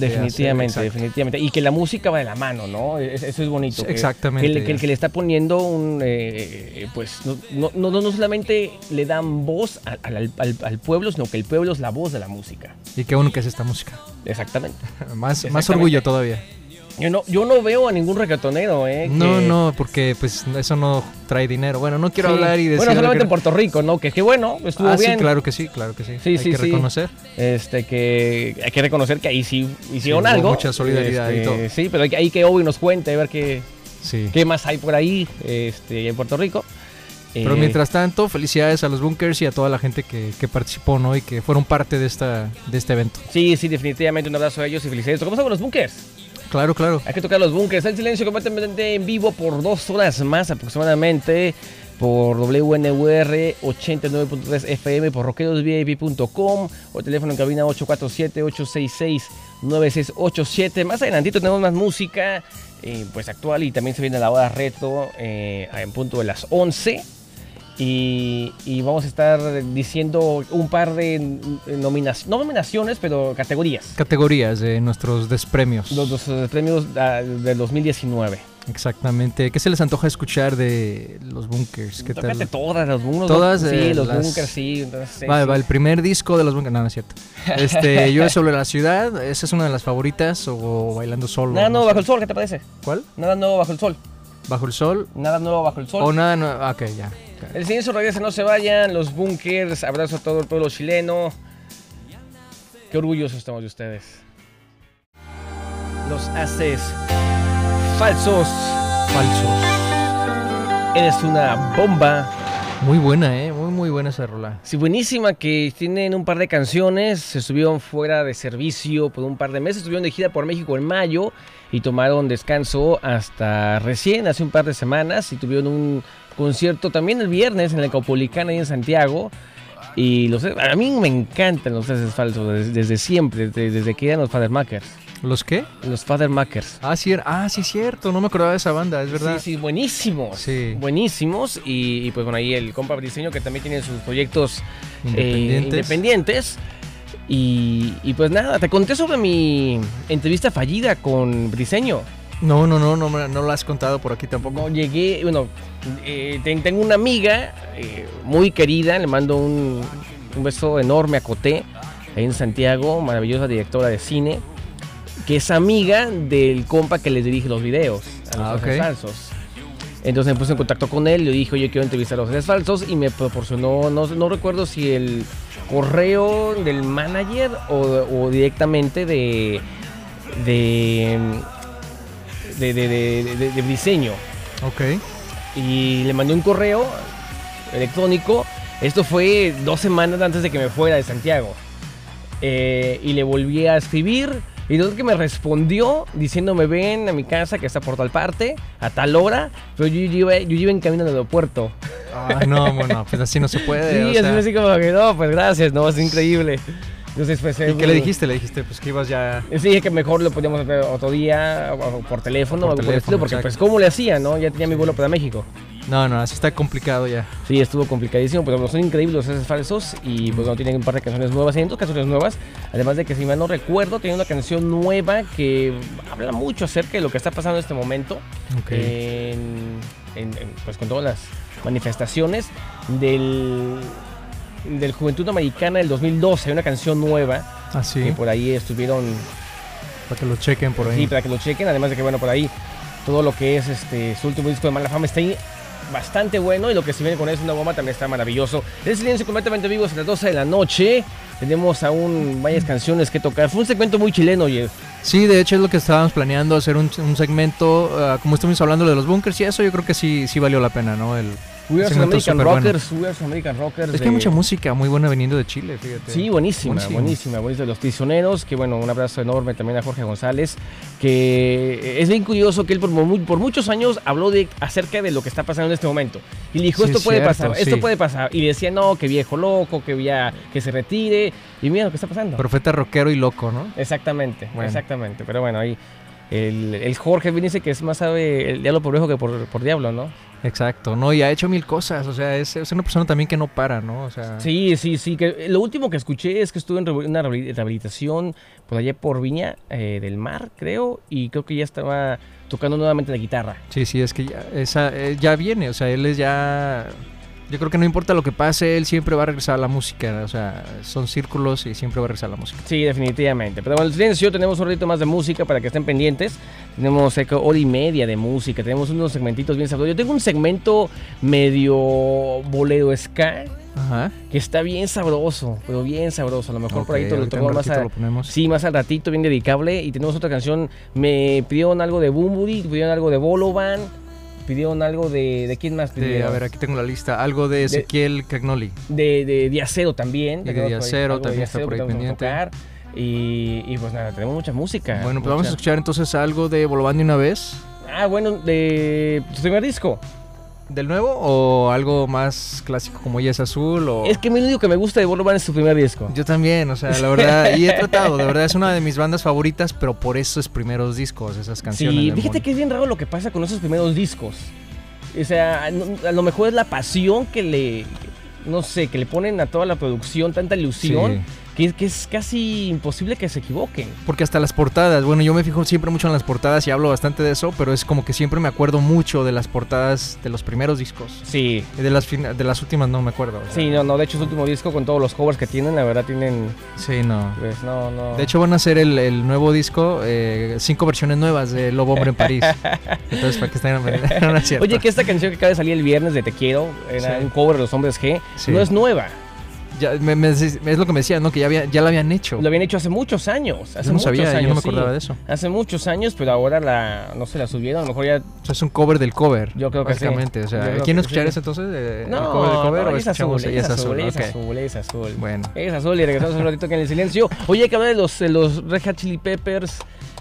S1: Definitivamente,
S2: hacer, exacto.
S1: definitivamente. Y que la música va de la mano, ¿no? Es- Eso es bonito.
S2: Sí,
S1: que-
S2: exactamente,
S1: Que, el- que el
S2: ya.
S1: que le está poniendo un... eh, pues no, no, no, no solamente le dan voz al, al- al- al pueblo, sino que el pueblo es la voz de la música.
S2: Y qué bueno que es esta música.
S1: Exactamente.
S2: Más, más
S1: Exactamente.
S2: orgullo todavía.
S1: Yo no, yo no veo a ningún reggaetonero, ¿eh?
S2: No,
S1: que-
S2: no, porque pues eso no trae dinero. Bueno, no quiero
S1: Sí.
S2: hablar y decir.
S1: Bueno,
S2: lo
S1: solamente
S2: que-
S1: en Puerto Rico, ¿no? Que es que bueno, estuvo
S2: Ah,
S1: bien.
S2: sí, claro que sí, claro que sí.
S1: Sí,
S2: Hay
S1: sí,
S2: que
S1: sí.
S2: reconocer.
S1: este que hay que reconocer que ahí sí hicieron
S2: hubo
S1: algo.
S2: mucha solidaridad y
S1: Este,
S2: todo.
S1: Sí, pero hay que- ahí que Obi nos cuente, a ver qué,
S2: Sí.
S1: qué más hay por ahí este, en Puerto Rico.
S2: Pero
S1: Eh,
S2: mientras tanto, felicidades a los Bunkers y a toda la gente que, que participó, ¿no? Y que fueron parte de, esta, de este evento.
S1: Sí, sí, definitivamente un abrazo a ellos y felicidades. ¿Cómo están con los bunkers?
S2: Claro, claro.
S1: Hay que tocar los bunkers. El silencio completamente en vivo por dos horas más aproximadamente por WNUR 89.3 FM, por rockerosvip.com o teléfono en cabina 847-866-9687. Más adelantito tenemos más música eh, pues actual y también se viene la hora retro eh, en punto de las 11. Y, y vamos a estar diciendo un par de nominaciones, no nominaciones, pero categorías.
S2: Categorías de nuestros despremios.
S1: Los, los, eh, premios ah, del 2019.
S2: Exactamente. ¿Qué se les antoja escuchar de los Bunkers? ¿Qué
S1: Tócate
S2: tal?
S1: todas, los bunkers.
S2: Todas,
S1: Sí,
S2: eh,
S1: los
S2: las-
S1: bunkers, sí. entonces,
S2: Va,
S1: sí.
S2: va, el primer disco de los Bunkers. No, no es cierto. Este, yo sobre la ciudad, esa es una de las favoritas, o Bailando Solo.
S1: Nada nuevo
S2: sé.
S1: bajo el sol, ¿qué te parece?
S2: ¿Cuál?
S1: Nada nuevo bajo el sol.
S2: ¿Bajo el sol?
S1: Nada nuevo bajo el sol.
S2: O nada, Oh, no, ah, ok, ya.
S1: El silencio regresa, no se vayan. Los bunkers, abrazo a todo el pueblo chileno. Qué orgullosos estamos de ustedes. los haces falsos.
S2: Falsos.
S1: Eres una bomba.
S2: Muy buena, ¿eh? Muy, muy buena esa rola.
S1: Sí, buenísima, que tienen un par de canciones, se estuvieron fuera de servicio por un par de meses, estuvieron de gira por México en mayo y tomaron descanso hasta recién, hace un par de semanas, y tuvieron un concierto también el viernes en la Copolicana y en Santiago. Y los, a mí me encantan los haces falsos des- desde, siempre, desde, desde que eran los Fathermakers.
S2: ¿Los qué?
S1: Los Fathermakers.
S2: Ah, sí, era- ah, sí, cierto. No me acordaba de esa banda, es verdad.
S1: Sí, sí, buenísimos.
S2: Sí.
S1: Buenísimos. Y, y pues bueno, ahí el compa Briseño que también tiene sus proyectos eh,
S2: Independientes.
S1: independientes. Y, y pues nada, te conté sobre mi entrevista fallida con Briseño.
S2: No, no, no, no, me- no lo has contado por aquí tampoco.
S1: No llegué, bueno, eh, ten- tengo una amiga eh, muy querida, le mando un, un beso enorme a Coté, ahí en Santiago, maravillosa directora de cine, que es amiga del compa que les dirige los videos, a los
S2: Ah, ok.
S1: Haces falsos. Entonces me puse en contacto con él, le dije, oye, quiero entrevistar a los Haces falsos y me proporcionó, no, no recuerdo si el correo del manager o, o directamente de... de de, de, de, de- de diseño
S2: Ok.
S1: y le mandé un correo electrónico. Esto fue dos semanas antes de que me fuera de Santiago. Eh, y le volví a escribir. Y entonces que me respondió diciéndome ven a mi casa que está por tal parte, a tal hora. Pero yo, yo, iba, yo iba en camino al aeropuerto.
S2: Ah, no, bueno, pues así no se puede. o
S1: sí, así,
S2: sea.
S1: así como que no, pues gracias, no, es increíble. Entonces pues... eh,
S2: ¿Y qué le dijiste? Le dijiste, pues que ibas ya.
S1: Sí, dije que mejor lo podíamos hacer otro día, o- o por teléfono,
S2: Por
S1: o algo por el estilo,
S2: teléfono,
S1: porque pues
S2: exacto.
S1: cómo le hacía, ¿no? Ya tenía mi vuelo para México.
S2: No, no, así está complicado ya.
S1: Sí, estuvo complicadísimo, pero son increíbles los haces falsos y pues no tienen un par de canciones nuevas, tienen dos canciones nuevas, además de que si mal no recuerdo, tiene una canción nueva que habla mucho acerca de lo que está pasando en este momento,
S2: Ok.
S1: en- en- en, pues con todas las manifestaciones del, del Juventud Americana del 2012, hay una canción nueva
S2: Así,
S1: que por ahí estuvieron,
S2: para que lo chequen por
S1: sí,
S2: ahí.
S1: para que lo chequen, además de que bueno, por ahí todo lo que es este, su último disco de Mala Fama está ahí bastante bueno y lo que se viene con él es una bomba también está maravilloso. El silencio completamente vivo es a las 12 de la noche. Tenemos aún
S2: Mm.
S1: varias canciones que tocar. Fue un segmento muy chileno, Jeff.
S2: Sí, de hecho es lo que estábamos planeando, hacer un, un segmento, ah, como estuvimos hablando de los bunkers y eso, yo creo que sí, sí valió la pena, ¿no? El,
S1: We are some
S2: segmento
S1: American
S2: superbueno.
S1: Rockers, We are some American Rockers.
S2: Es que
S1: de-
S2: hay mucha música muy buena viniendo de Chile, fíjate.
S1: Sí, buenísima,
S2: Buenísimo.
S1: buenísima, buenísima. Los Tizoneros, que bueno, un abrazo enorme también a Jorge González, que eh, es bien curioso que él por, mu- por muchos años habló de, acerca de lo que está pasando en este momento. Y le dijo,
S2: Sí,
S1: esto
S2: es
S1: puede
S2: cierto,
S1: pasar, esto
S2: sí.
S1: puede pasar. Y decía, no, que viejo loco, que ya, que se retire. Y mira lo que está pasando.
S2: Profeta rockero y loco, ¿no?
S1: Exactamente,
S2: Bueno.
S1: exactamente. Pero bueno, ahí el, el Jorge bien dice que es más sabe el diablo por viejo que por, por diablo, ¿no?
S2: Exacto, ¿no? Y ha hecho mil cosas, o sea, es, es una persona también que no para, ¿no? O sea,
S1: Sí, sí, sí. Que eh, lo último que escuché es que estuve en rehabil- una rehabil- rehabilitación por allá por Viña eh, del Mar, creo, y creo que ya estaba tocando nuevamente la guitarra.
S2: sí, sí, es que ya, esa, eh, ya viene, o sea, él es ya... Yo creo que no importa lo que pase, él siempre va a regresar a la música, o sea, son círculos y siempre va a regresar a la música.
S1: Sí, definitivamente. Pero bueno, el silencio, tenemos un ratito más de música para que estén pendientes. Tenemos cerca de hora y media de música, tenemos unos segmentitos bien sabrosos. Yo tengo un segmento medio bolero ska
S2: Ajá.
S1: que está bien sabroso, pero bien sabroso. A lo mejor por ahí
S2: Ok,
S1: te lo
S2: ahorita en un
S1: tocamos más
S2: ratito
S1: a,
S2: lo ponemos.
S1: Sí, más al ratito, bien dedicable. Y tenemos otra canción. Me pidieron algo de Bumburi, pidieron algo de Bolovan, pidieron algo de. ¿De quién más
S2: De-
S1: pidieron?
S2: a ver, aquí tengo la lista. Algo de Ezequiel Cagnoli.
S1: De, de Diacero también.
S2: Y
S1: tenemos
S2: de
S1: por ahí
S2: Diacero
S1: algo de
S2: también está
S1: Diacero
S2: por
S1: que
S2: ahí
S1: tenemos que
S2: pendiente.
S1: tocar. Y, y pues nada, tenemos mucha música.
S2: Bueno, pues vamos a
S1: mucha-
S2: escuchar entonces algo de Bolobán de una vez.
S1: Ah, bueno, de su primer disco.
S2: ¿Del nuevo o algo más clásico como Ella es Azul? O...
S1: Es que a mí lo único que me gusta de Bolovan es su primer disco.
S2: Oh. Yo también, o sea, la verdad, y he tratado, de verdad es una de mis bandas favoritas, pero por esos primeros discos, esas canciones.
S1: Sí,
S2: de
S1: fíjate
S2: Mon.
S1: que es bien raro lo que pasa con esos primeros discos. O sea, no- a lo mejor es la pasión que le, no sé, que le ponen a toda la producción, tanta ilusión, que, es, que es casi imposible que se equivoquen.
S2: Porque hasta las portadas, bueno, yo me fijo siempre mucho en las portadas y hablo bastante de eso, pero es como que siempre me acuerdo mucho de las portadas de los primeros discos.
S1: Sí.
S2: Y De las, fina- de las últimas no me acuerdo. o sea.
S1: Sí, no, no, de hecho su último disco con todos los covers que tienen, la verdad tienen,
S2: Sí, no.
S1: pues no, no.
S2: De hecho van a hacer el, el nuevo disco, eh, cinco versiones nuevas de Lobo Hombre en París. Entonces, para que estén no, no es cierto.
S1: Oye, que esta canción que acaba de salir el viernes de Te Quiero, era
S2: Sí.
S1: un cover de los hombres G,
S2: Sí.
S1: no es nueva.
S2: ya me- me- es lo que me decían, ¿no? Que ya, había- ya la habían hecho.
S1: Lo habían hecho hace muchos años. Hace
S2: yo no
S1: muchos
S2: sabía,
S1: años,
S2: yo no me
S1: sí.
S2: acordaba de eso.
S1: Hace muchos años, pero ahora la, no se la subieron. A lo mejor ya.
S2: O sea, es un cover del cover.
S1: Yo creo que sí.
S2: básicamente. O
S1: Yo
S2: sea,
S1: creo
S2: ¿quién
S1: que
S2: escuchar
S1: sí.
S2: eso entonces? Eh,
S1: No,
S2: ¿El cover del cover
S1: no,
S2: o
S1: es azul,
S2: escuchamos?
S1: es,
S2: Y es
S1: azul, es
S2: ok.
S1: azul, es azul.
S2: Bueno.
S1: Es azul y regresamos un ratito con el silencio. Oye, hay que hablar de los, de los Red Hot Chili Peppers,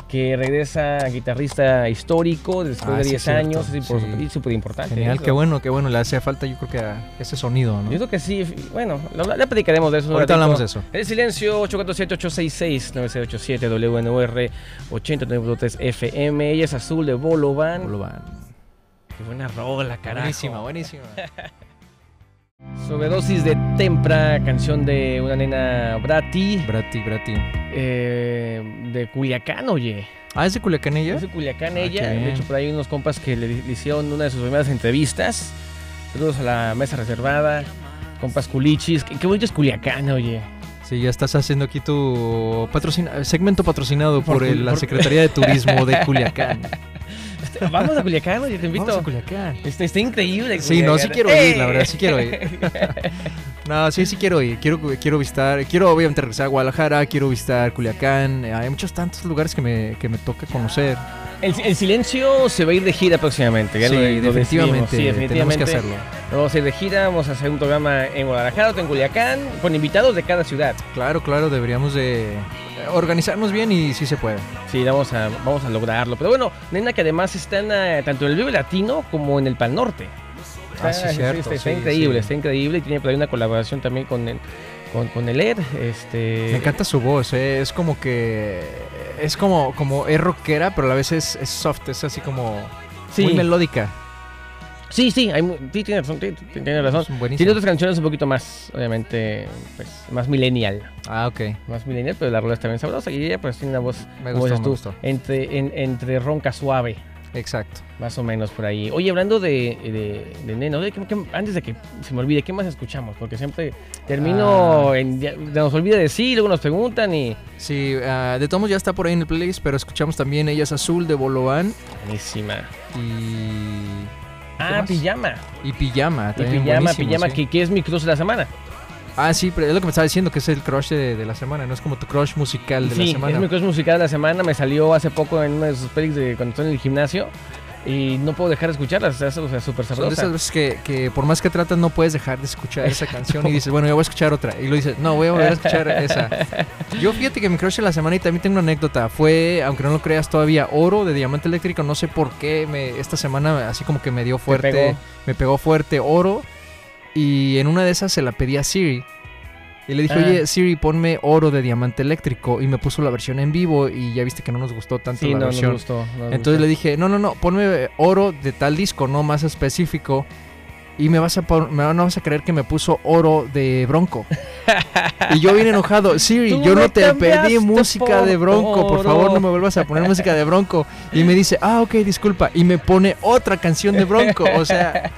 S1: que regresa guitarrista histórico después
S2: Ah,
S1: de
S2: sí,
S1: 10
S2: es cierto,
S1: años. Es súper
S2: sí.
S1: súper importante.
S2: Genial,
S1: eso.
S2: qué bueno, qué bueno. Le hacía falta, yo creo que a ese sonido, ¿no?
S1: Yo creo que sí. Bueno, lo- ya platicaremos de eso. un
S2: Ahorita
S1: ratito.
S2: hablamos de eso.
S1: El silencio 847-866-9687 WNUR 89.3 FM. Ella es azul de Bolovan.
S2: Bolovan.
S1: Qué buena rola, carajo.
S2: Buenísima, buenísima.
S1: Sobredosis de Tempra, canción de una nena Brati,
S2: Brati, Brati.
S1: eh, de Culiacán, oye.
S2: Ah, ¿es de Culiacán ella?
S1: Es de Culiacán
S2: Ah,
S1: ella.
S2: qué bien.
S1: De hecho, por ahí unos compas que le, le hicieron una de sus primeras entrevistas. Saludos a la mesa reservada. Compas culichis. Qué, qué bonito es Culiacán, oye.
S2: Sí, ya estás haciendo aquí tu patrocina- segmento patrocinado por,
S1: Por Cul-
S2: el- la
S1: por-
S2: Secretaría de Turismo de Culiacán.
S1: Este, Vamos a Culiacán, oye, te invito.
S2: Vamos a Culiacán.
S1: Está, está increíble. Eh,
S2: Sí, no, sí quiero
S1: ir,
S2: ir, la verdad, sí quiero ir. No, sí, sí quiero ir. Quiero, quiero visitar, quiero obviamente regresar a Guadalajara, quiero visitar Culiacán. Eh, Hay muchos tantos lugares que me, que me toca conocer.
S1: El, el silencio se va a ir de gira próximamente. ya
S2: sí,
S1: lo- lo decidimos.
S2: definitivamente,
S1: Sí,
S2: tenemos que
S1: definitivamente.
S2: hacerlo.
S1: Nos Vamos a ir de gira, vamos a hacer un programa en Guadalajara, otro en Culiacán, con invitados de cada ciudad.
S2: Claro, claro, deberíamos de eh, organizarnos bien y sí se puede.
S1: Sí, vamos a, vamos a lograrlo. Pero bueno, nena que además está en, eh, tanto en el Vive Latino como en el Pal Norte.
S2: Ah, sí, cierto,
S1: está, está
S2: sí,
S1: increíble,
S2: sí.
S1: está increíble y tiene por ahí una colaboración también con el, con, con el ED. Este,
S2: Me encanta su voz, eh, es como que es como como es rockera, pero a la vez es, es soft, es así como
S1: Sí.
S2: muy melódica.
S1: Sí, sí, hay mu- sí, tiene razón, sí, tiene razón.
S2: Es buenísimo.
S1: Tiene otras canciones un poquito más, obviamente, pues, más millennial.
S2: Ah, ok.
S1: más millennial, pero la rola está bien sabrosa. Y ella pues tiene una voz,
S2: Me
S1: como
S2: gustó,
S1: dices
S2: me
S1: tú,
S2: gustó.
S1: Entre, en- entre ronca suave,
S2: Exacto.
S1: más o menos por ahí. Oye, hablando de, de, de Neno, oye, ¿qué- qué- antes de que se me olvide, ¿qué más escuchamos? Porque siempre
S2: Ah.
S1: termino, en, ya- nos olvida decir, luego nos preguntan y...
S2: Sí, ah, de todos modos ya está por ahí en el playlist, pero escuchamos también Ellas Azul de Bolovan
S1: Buenísima.
S2: y
S1: Ah,
S2: más?
S1: pijama.
S2: y Pijama,
S1: Y
S2: también
S1: pijama,
S2: buenísimo,
S1: pijama,
S2: sí.
S1: que, que es mi cruz de la semana.
S2: Ah, sí, pero es lo que me estaba diciendo que es el crush de, de la semana, no es como tu crush musical de la
S1: Sí,
S2: semana.
S1: es mi cruz musical de la semana. Me salió hace poco en una de sus pelis de cuando estoy en el gimnasio. Y no puedo dejar de escucharlas, es o sea, súper
S2: Son de
S1: sabrosa.
S2: esas veces que, que por más que tratas no puedes dejar de escuchar esa canción y dices, bueno, yo voy a escuchar otra. Y lo dices, no, voy a volver a escuchar esa. Yo fíjate que mi crush de la semana y también tengo una anécdota. Fue, aunque no lo creas todavía, Oro de Diamante Eléctrico. No sé por qué me, esta semana así como que me dio fuerte.
S1: pegó.
S2: Me pegó fuerte Oro. Y en una de esas se la pedí a Siri. Y le dije,
S1: Ah.
S2: oye, Siri, ponme Oro de Diamante Eléctrico. Y me puso la versión en vivo y ya viste que no nos gustó tanto
S1: Sí,
S2: la
S1: no, nos
S2: versión.
S1: gustó. nos
S2: Entonces
S1: gustó.
S2: le dije, no, no, no, ponme eh, oro de tal disco, no más específico. Y me vas a pon- me, no vas a creer que me puso oro de Bronco. y yo vine enojado. Siri,
S1: Tú
S2: yo
S1: me
S2: no te
S1: cambiaste
S2: pedí música
S1: por
S2: de Bronco. Por favor, no
S1: oro.
S2: me vuelvas a poner música de Bronco. Y me dice, ah, ok, disculpa. Y me pone otra canción de Bronco. O sea,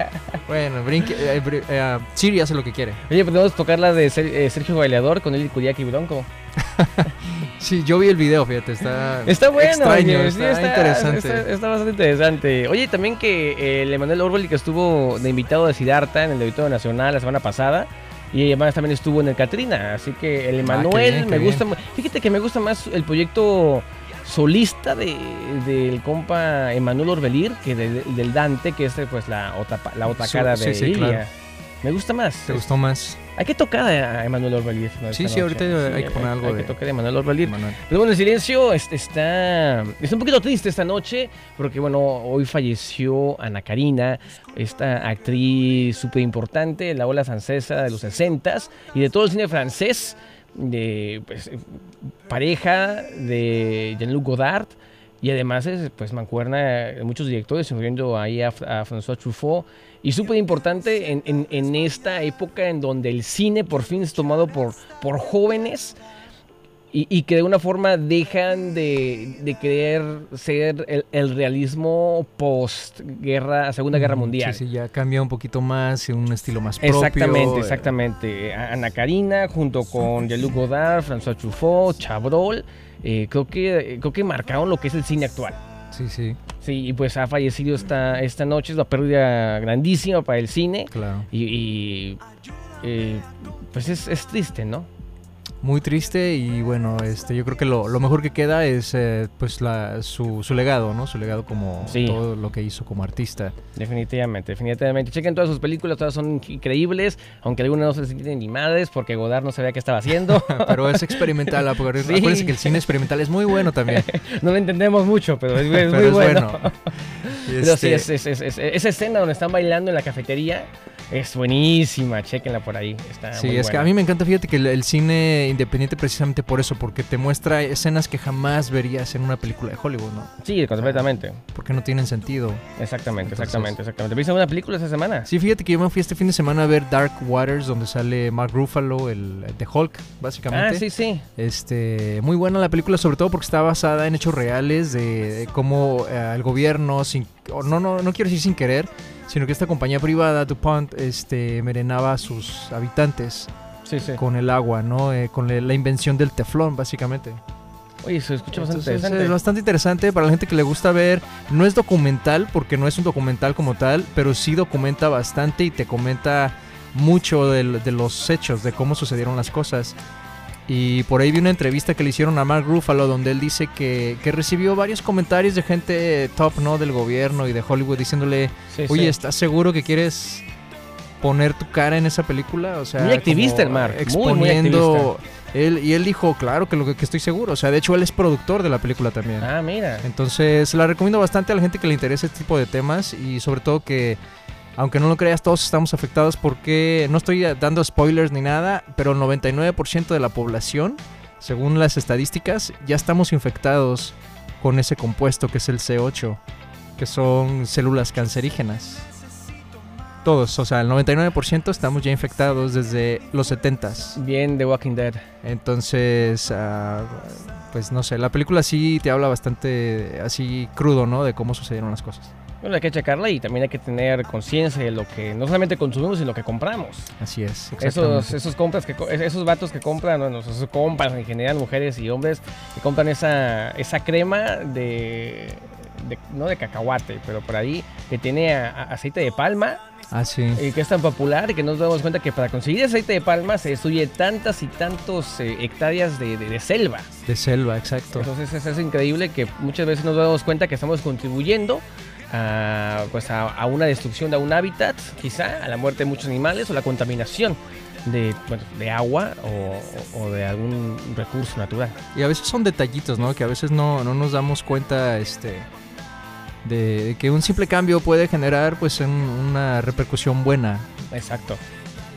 S2: bueno, brinque- eh, br- eh, Siri hace lo que quiere.
S1: Oye, podemos tocar la de Ser- eh, Sergio Bailador con Eli Kudiak y Bronco.
S2: Sí, yo vi el video, fíjate, está.
S1: Está bueno,
S2: extraño,
S1: oye, sí,
S2: está, interesante.
S1: Está, está bastante interesante. Oye, también que eh, el Emanuel Orwell, que estuvo de invitado de Sidarta en el Auditorio Nacional la semana pasada, y además también estuvo en el Catrina. Así que el Emanuel
S2: bien, Ah, qué
S1: me
S2: bien.
S1: gusta. mu- Fíjate que me gusta más el proyecto solista de, del compa Emanuel Orbelir que del, del Dante, que es eh, pues la otra, pa- la otra
S2: Su-
S1: cara
S2: sí,
S1: de
S2: sí,
S1: Ilia.
S2: claro.
S1: Me gusta más.
S2: ¿Te gustó más?
S1: Hay que tocar a Emanuel Orbelir. ¿no?
S2: Sí,
S1: Esta
S2: sí,
S1: noche.
S2: ahorita hay que poner algo
S1: Hay
S2: de-
S1: que tocar a Emanuel Orbelir.
S2: Manuel?
S1: Pero bueno, el silencio este, está, está un poquito triste esta noche porque, bueno, hoy falleció Ana Karina, esta actriz súper importante de la ola francesa de los 60 y de todo el cine francés, de pues, eh, pareja de Jean-Luc Godard y además es pues mancuerna de muchos directores, incluyendo ahí a, a François Truffaut. Y súper importante en, en- en esta época en donde el cine por fin es tomado por, por jóvenes y, y que de una forma dejan de, de querer ser el, el realismo post-guerra, Segunda Guerra
S2: Mm,
S1: Mundial.
S2: Sí, sí, ya cambia un poquito más, un estilo más propio.
S1: Exactamente,
S2: eh,
S1: exactamente. A- Ana Karina junto con Jean-Luc Godard, François Truffaut, Chabrol, eh, creo, que, creo que marcaron lo que es el cine actual.
S2: Sí, sí,
S1: Sí, y pues ha fallecido esta, esta noche, es una pérdida grandísima para el cine.
S2: claro.
S1: Y, y eh, pues es, es triste, ¿no?
S2: muy triste y bueno, este, yo creo que lo, lo mejor que queda es eh, pues la, su, su legado, ¿no? Su legado como
S1: Sí.
S2: todo lo que hizo como artista.
S1: Definitivamente, definitivamente. Chequen todas sus películas, todas son increíbles, aunque algunas no se sienten ni madres porque Godard no sabía qué estaba haciendo.
S2: Pero es experimental, acuérdense
S1: Sí.
S2: acuérdense que el cine experimental es muy bueno también.
S1: no lo entendemos mucho, pero es, es
S2: Pero
S1: muy
S2: es
S1: bueno.
S2: bueno. Y
S1: Pero sí,
S2: este,
S1: es- es- es- es- esa escena donde están bailando en la cafetería es buenísima, chequenla por ahí. Está
S2: Sí,
S1: ah, muy
S2: es que a
S1: buena.
S2: mí me encanta, fíjate que el, el cine independiente precisamente por eso, porque te muestra escenas que jamás verías en una película de Hollywood, ¿no?
S1: Sí, completamente.
S2: Porque no tienen sentido.
S1: Exactamente,
S2: Entonces-
S1: exactamente, exactamente. ¿Viste alguna película esta semana?
S2: Sí, fíjate que yo me fui este fin de semana a ver Dark Waters, donde sale Mark Ruffalo, el de Hulk, básicamente.
S1: Ah, sí, sí.
S2: Este, muy buena la película, sobre todo porque está basada en hechos reales de, de cómo eh, el gobierno, sin, o no, no, no quiero decir sin querer, sino que esta compañía privada, DuPont, este, merenaba a sus habitantes
S1: Sí, sí.
S2: con el agua, ¿no? Eh, con la- la invención del teflón, básicamente.
S1: Oye, se escucha bastante
S2: Entonces,
S1: interesante.
S2: Es bastante interesante para la gente que le gusta ver. No es documental, porque no es un documental como tal, pero sí documenta bastante y te comenta mucho del- de, los hechos, de cómo sucedieron las cosas. Y por ahí vi una entrevista que le hicieron a Mark Ruffalo, donde él dice que, que recibió varios comentarios de gente top, ¿no? Del gobierno y de Hollywood diciéndole,
S1: Sí,
S2: oye,
S1: sí.
S2: ¿estás seguro que quieres poner tu cara en esa película? O sea,
S1: Muy activista el
S2: como
S1: Mark, muy, muy
S2: exponiendo. él, y él dijo, claro que lo que, que estoy seguro. O sea, de hecho, él es productor de la película también.
S1: Ah, mira.
S2: Entonces, la recomiendo bastante a la gente que le interese este tipo de temas y sobre todo que, aunque no lo creas, todos estamos afectados porque no estoy dando spoilers ni nada, pero el 99% de la población, según las estadísticas, ya estamos infectados con ese compuesto que es el C8, que son células cancerígenas. Todos, o sea, el 99% estamos ya infectados desde los 70s.
S1: Bien de Walking Dead.
S2: Entonces, ah, pues no sé, la película sí te habla bastante así crudo, ¿no? De cómo sucedieron las cosas.
S1: Bueno, hay que checarla y también hay que tener conciencia de lo que no solamente consumimos, sino lo que compramos.
S2: Así es.
S1: Esos,
S2: exactamente.
S1: esos compras que co- esos vatos que compran, bueno, esos compas en general, mujeres y hombres, que compran esa, esa crema de, de- no de cacahuate, pero por ahí, que tiene a- a- aceite de palma,
S2: Ah, sí.
S1: y que es tan popular y que nos damos cuenta que para conseguir aceite de palma se destruye tantas y tantos eh, hectáreas de, de- de selva.
S2: De selva, exacto.
S1: Entonces es, es increíble que muchas veces nos damos cuenta que estamos contribuyendo a, pues a, a una destrucción de un hábitat, quizá a la muerte de muchos animales o la contaminación de, bueno, de agua o, o de algún recurso natural.
S2: Y a veces son detallitos, ¿no? Que a veces no, no nos damos cuenta, este... De, de que un simple cambio puede generar pues un- una repercusión buena.
S1: Exacto.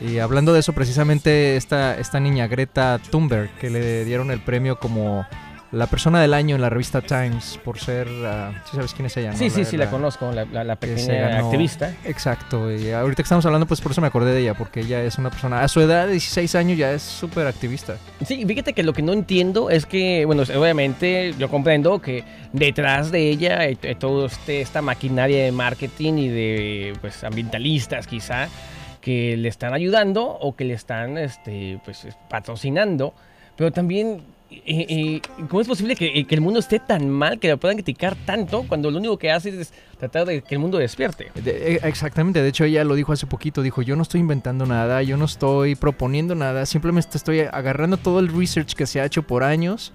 S2: Y hablando de eso, precisamente esta, esta niña Greta Thunberg, que le dieron el premio como la persona del año en la revista Times por ser... ah, ¿sí sabes quién es ella? no?
S1: Sí, sí, sí, la conozco, la, la- la
S2: que se
S1: pequeña
S2: ganó-
S1: activista.
S2: Exacto, y ahorita que estamos hablando, pues por eso me acordé de ella, porque ella es una persona, a su edad de 16 años ya es súper activista.
S1: Sí, fíjate que lo que no entiendo es que, bueno, obviamente yo comprendo que detrás de ella eh, eh, todo este esta maquinaria de marketing y de pues ambientalistas quizá que le están ayudando o que le están este pues patrocinando, pero también eh, eh, ¿Cómo es posible que, eh, que el mundo esté tan mal que lo puedan criticar tanto cuando lo único que hace es tratar de que el mundo despierte?
S2: De- e- exactamente, de hecho ella lo dijo hace poquito, dijo, yo no estoy inventando nada, yo no estoy proponiendo nada, simplemente estoy agarrando todo el research que se ha hecho por años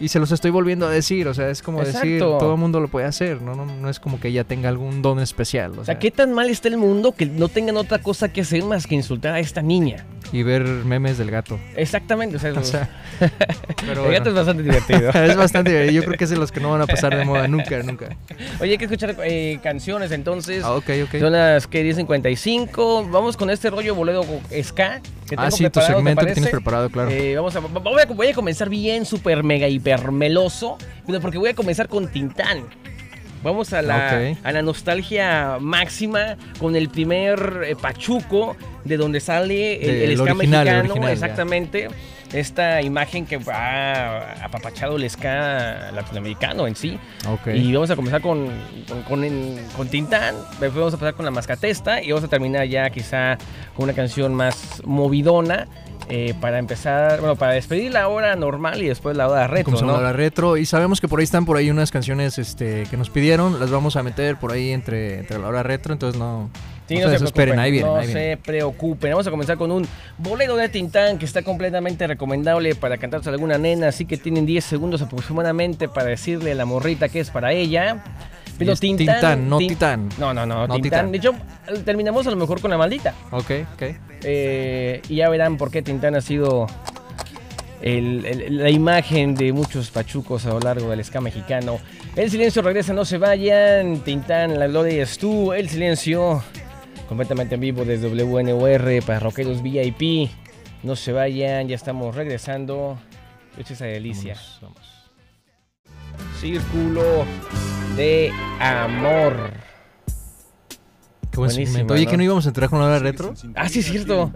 S2: y se los estoy volviendo a decir, o sea, es como decir,
S1: Exacto.
S2: todo el mundo lo puede hacer, ¿no? No, no es como que ella tenga algún don especial, o
S1: O sea,
S2: sea,
S1: ¿qué tan mal está el mundo que no tengan otra cosa que hacer más que insultar a esta niña?
S2: y ver memes del gato.
S1: Exactamente, o sea,
S2: O sea, pero
S1: El gato es
S2: bueno,
S1: bastante divertido.
S2: es bastante, yo creo que es de los que no van a pasar de moda nunca, nunca.
S1: Oye, hay que escuchar eh, canciones entonces.
S2: Ah, ok, ok.
S1: Son las que 10.55. Vamos con este rollo boledo ska. Que
S2: Ah,
S1: tengo
S2: sí, tu
S1: preparado, ¿te
S2: segmento que
S1: parece?
S2: tienes preparado, claro.
S1: Eh, vamos a, va- voy, a, voy a comenzar bien, super mega, hiper meloso. bueno, Porque voy a comenzar con Tintán. Vamos a la,
S2: Ah, Ok.
S1: a la nostalgia máxima con el primer eh, Pachuco, de donde sale el,
S2: De-
S1: el
S2: el
S1: ska
S2: original, el
S1: mexicano.
S2: original, ya.
S1: exactamente. Esta imagen que va apapachado el ska latinoamericano en sí.
S2: Ok.
S1: Y vamos a comenzar con, con, con, en- con Tintán, después vamos a pasar con la mascatesta y vamos a terminar ya quizá con una canción más movidona eh, para empezar, bueno, para despedir la hora normal y después la hora retro,
S2: Comenzando
S1: ¿no?
S2: la retro. Y sabemos que por ahí están por ahí unas canciones este, que nos pidieron. Las vamos a meter por ahí entre, entre la hora retro. Entonces no,
S1: Sí,
S2: No
S1: no,
S2: se
S1: se
S2: desesperen,
S1: preocupen,
S2: ahí vienen,
S1: no
S2: ahí
S1: se
S2: vienen.
S1: preocupen. Vamos a comenzar con un bolero de Tintán que está completamente recomendable para cantarse a alguna nena, así que tienen 10 segundos aproximadamente para decirle a la morrita que es para ella. Pero
S2: Es
S1: Tintán,
S2: Tintán, no
S1: Tin-
S2: Titán.
S1: No, no, no,
S2: No,
S1: Tintán.
S2: Titán.
S1: De hecho, terminamos a lo mejor con la maldita.
S2: Ok, ok.
S1: Eh, y ya verán por qué Tintán ha sido el- el- la imagen de muchos pachucos a lo largo del ska mexicano. El silencio regresa, no se vayan. Tintán, la gloria es tú. El silencio, completamente en vivo desde WNUR para Rockeros VIP. No se vayan, ya estamos regresando. Esto es la delicia.
S2: Vámonos, vámonos.
S1: Círculo de amor.
S2: Qué buen
S1: Buenísima,
S2: segmento. Oye,
S1: ¿no?
S2: que no íbamos a entrar con la hora retro.
S1: Ah, sí, es cierto.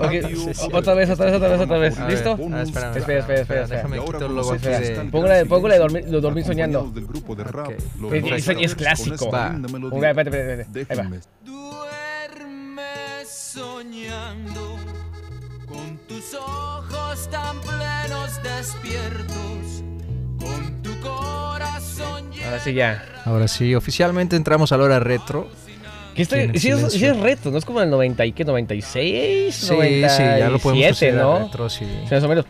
S1: Ok,
S2: sí, sí.
S1: otra vez, otra vez, otra vez, otra vez.
S2: A ver,
S1: ¿Listo?
S2: a ver, espérame,
S1: Espera, espera, espera,
S2: Déjame
S3: espera.
S2: quito el logo aquí
S3: Espera.
S2: de-
S1: Pongo la de, pongo la de dormir, lo dormí soñando. Pues,
S3: Del grupo de rap,
S2: Ok.
S3: los
S1: Es,
S3: Rockers
S1: es- es clásico.
S3: con esta
S2: Va.
S3: linda melodía.
S1: Ok, espérate, espérate, espérate. Ahí va.
S3: Déjenme
S4: Duerme soñando con tus ojos tan plenos despiertos, con tu corazón lleno.
S1: Ahora sí ya.
S2: Ahora sí, oficialmente entramos a la hora retro.
S1: Que este-
S2: Aquí en el
S1: sí, es,
S2: silencio.
S1: sí es reto, ¿no? Es como el 90 y qué, 96,
S2: Sí, sí, ya lo podemos
S1: 97,
S2: considerar
S1: ¿no?
S2: retro, sí.
S1: O sea, más o menos.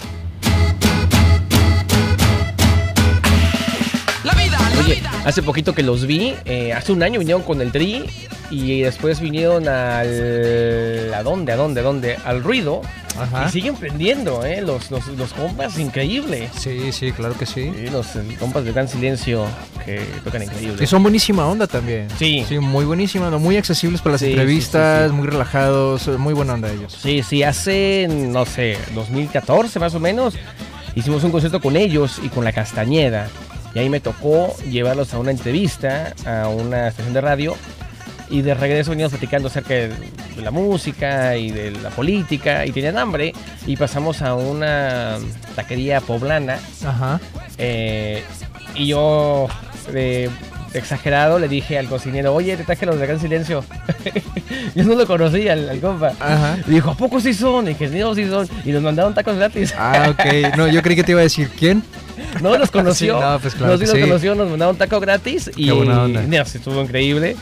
S4: La vida, la
S1: Oye,
S4: vida.
S1: hace poquito que los vi, eh, hace un año vinieron con el Tri y después vinieron al... ¿A dónde? ¿A dónde? ¿A dónde? Al ruido.
S2: Ajá.
S1: Y siguen prendiendo, ¿eh? Los, los, los compas, increíble.
S2: Sí, sí, claro que sí.
S1: Sí, los eh, compas de Gran Silencio que tocan increíble.
S2: Y son buenísima onda también.
S1: Sí.
S2: Sí, muy buenísima, onda, muy accesibles para las
S1: Sí, sí, sí,
S2: entrevistas, muy relajados, muy buena onda ellos.
S1: Sí, sí, hace, no sé, 2014 más o menos, hicimos un concierto con ellos y con La Castañeda. Y ahí me tocó llevarlos a una entrevista, a una estación de radio. Y de regreso veníamos platicando acerca de de la música y de la política. Y tenían hambre. Y pasamos a una taquería poblana.
S2: Ajá.
S1: eh, y yo, de exagerado, le dije al cocinero, oye, te traje los de Gran Silencio. yo no lo conocía, al, al compa.
S2: Ajá.
S1: Y dijo, ¿a poco sí son? Y dije, sí, no, sí son. Y nos mandaron tacos gratis.
S2: Ah, ok. No, yo creí que te iba a decir quién.
S1: No los conoció.
S2: Sí, no, pues claro
S1: nos,
S2: que
S1: nos
S2: sí.
S1: conoció, nos mandaron tacos gratis. Y
S2: Qué buena onda.
S1: no, sí, estuvo increíble.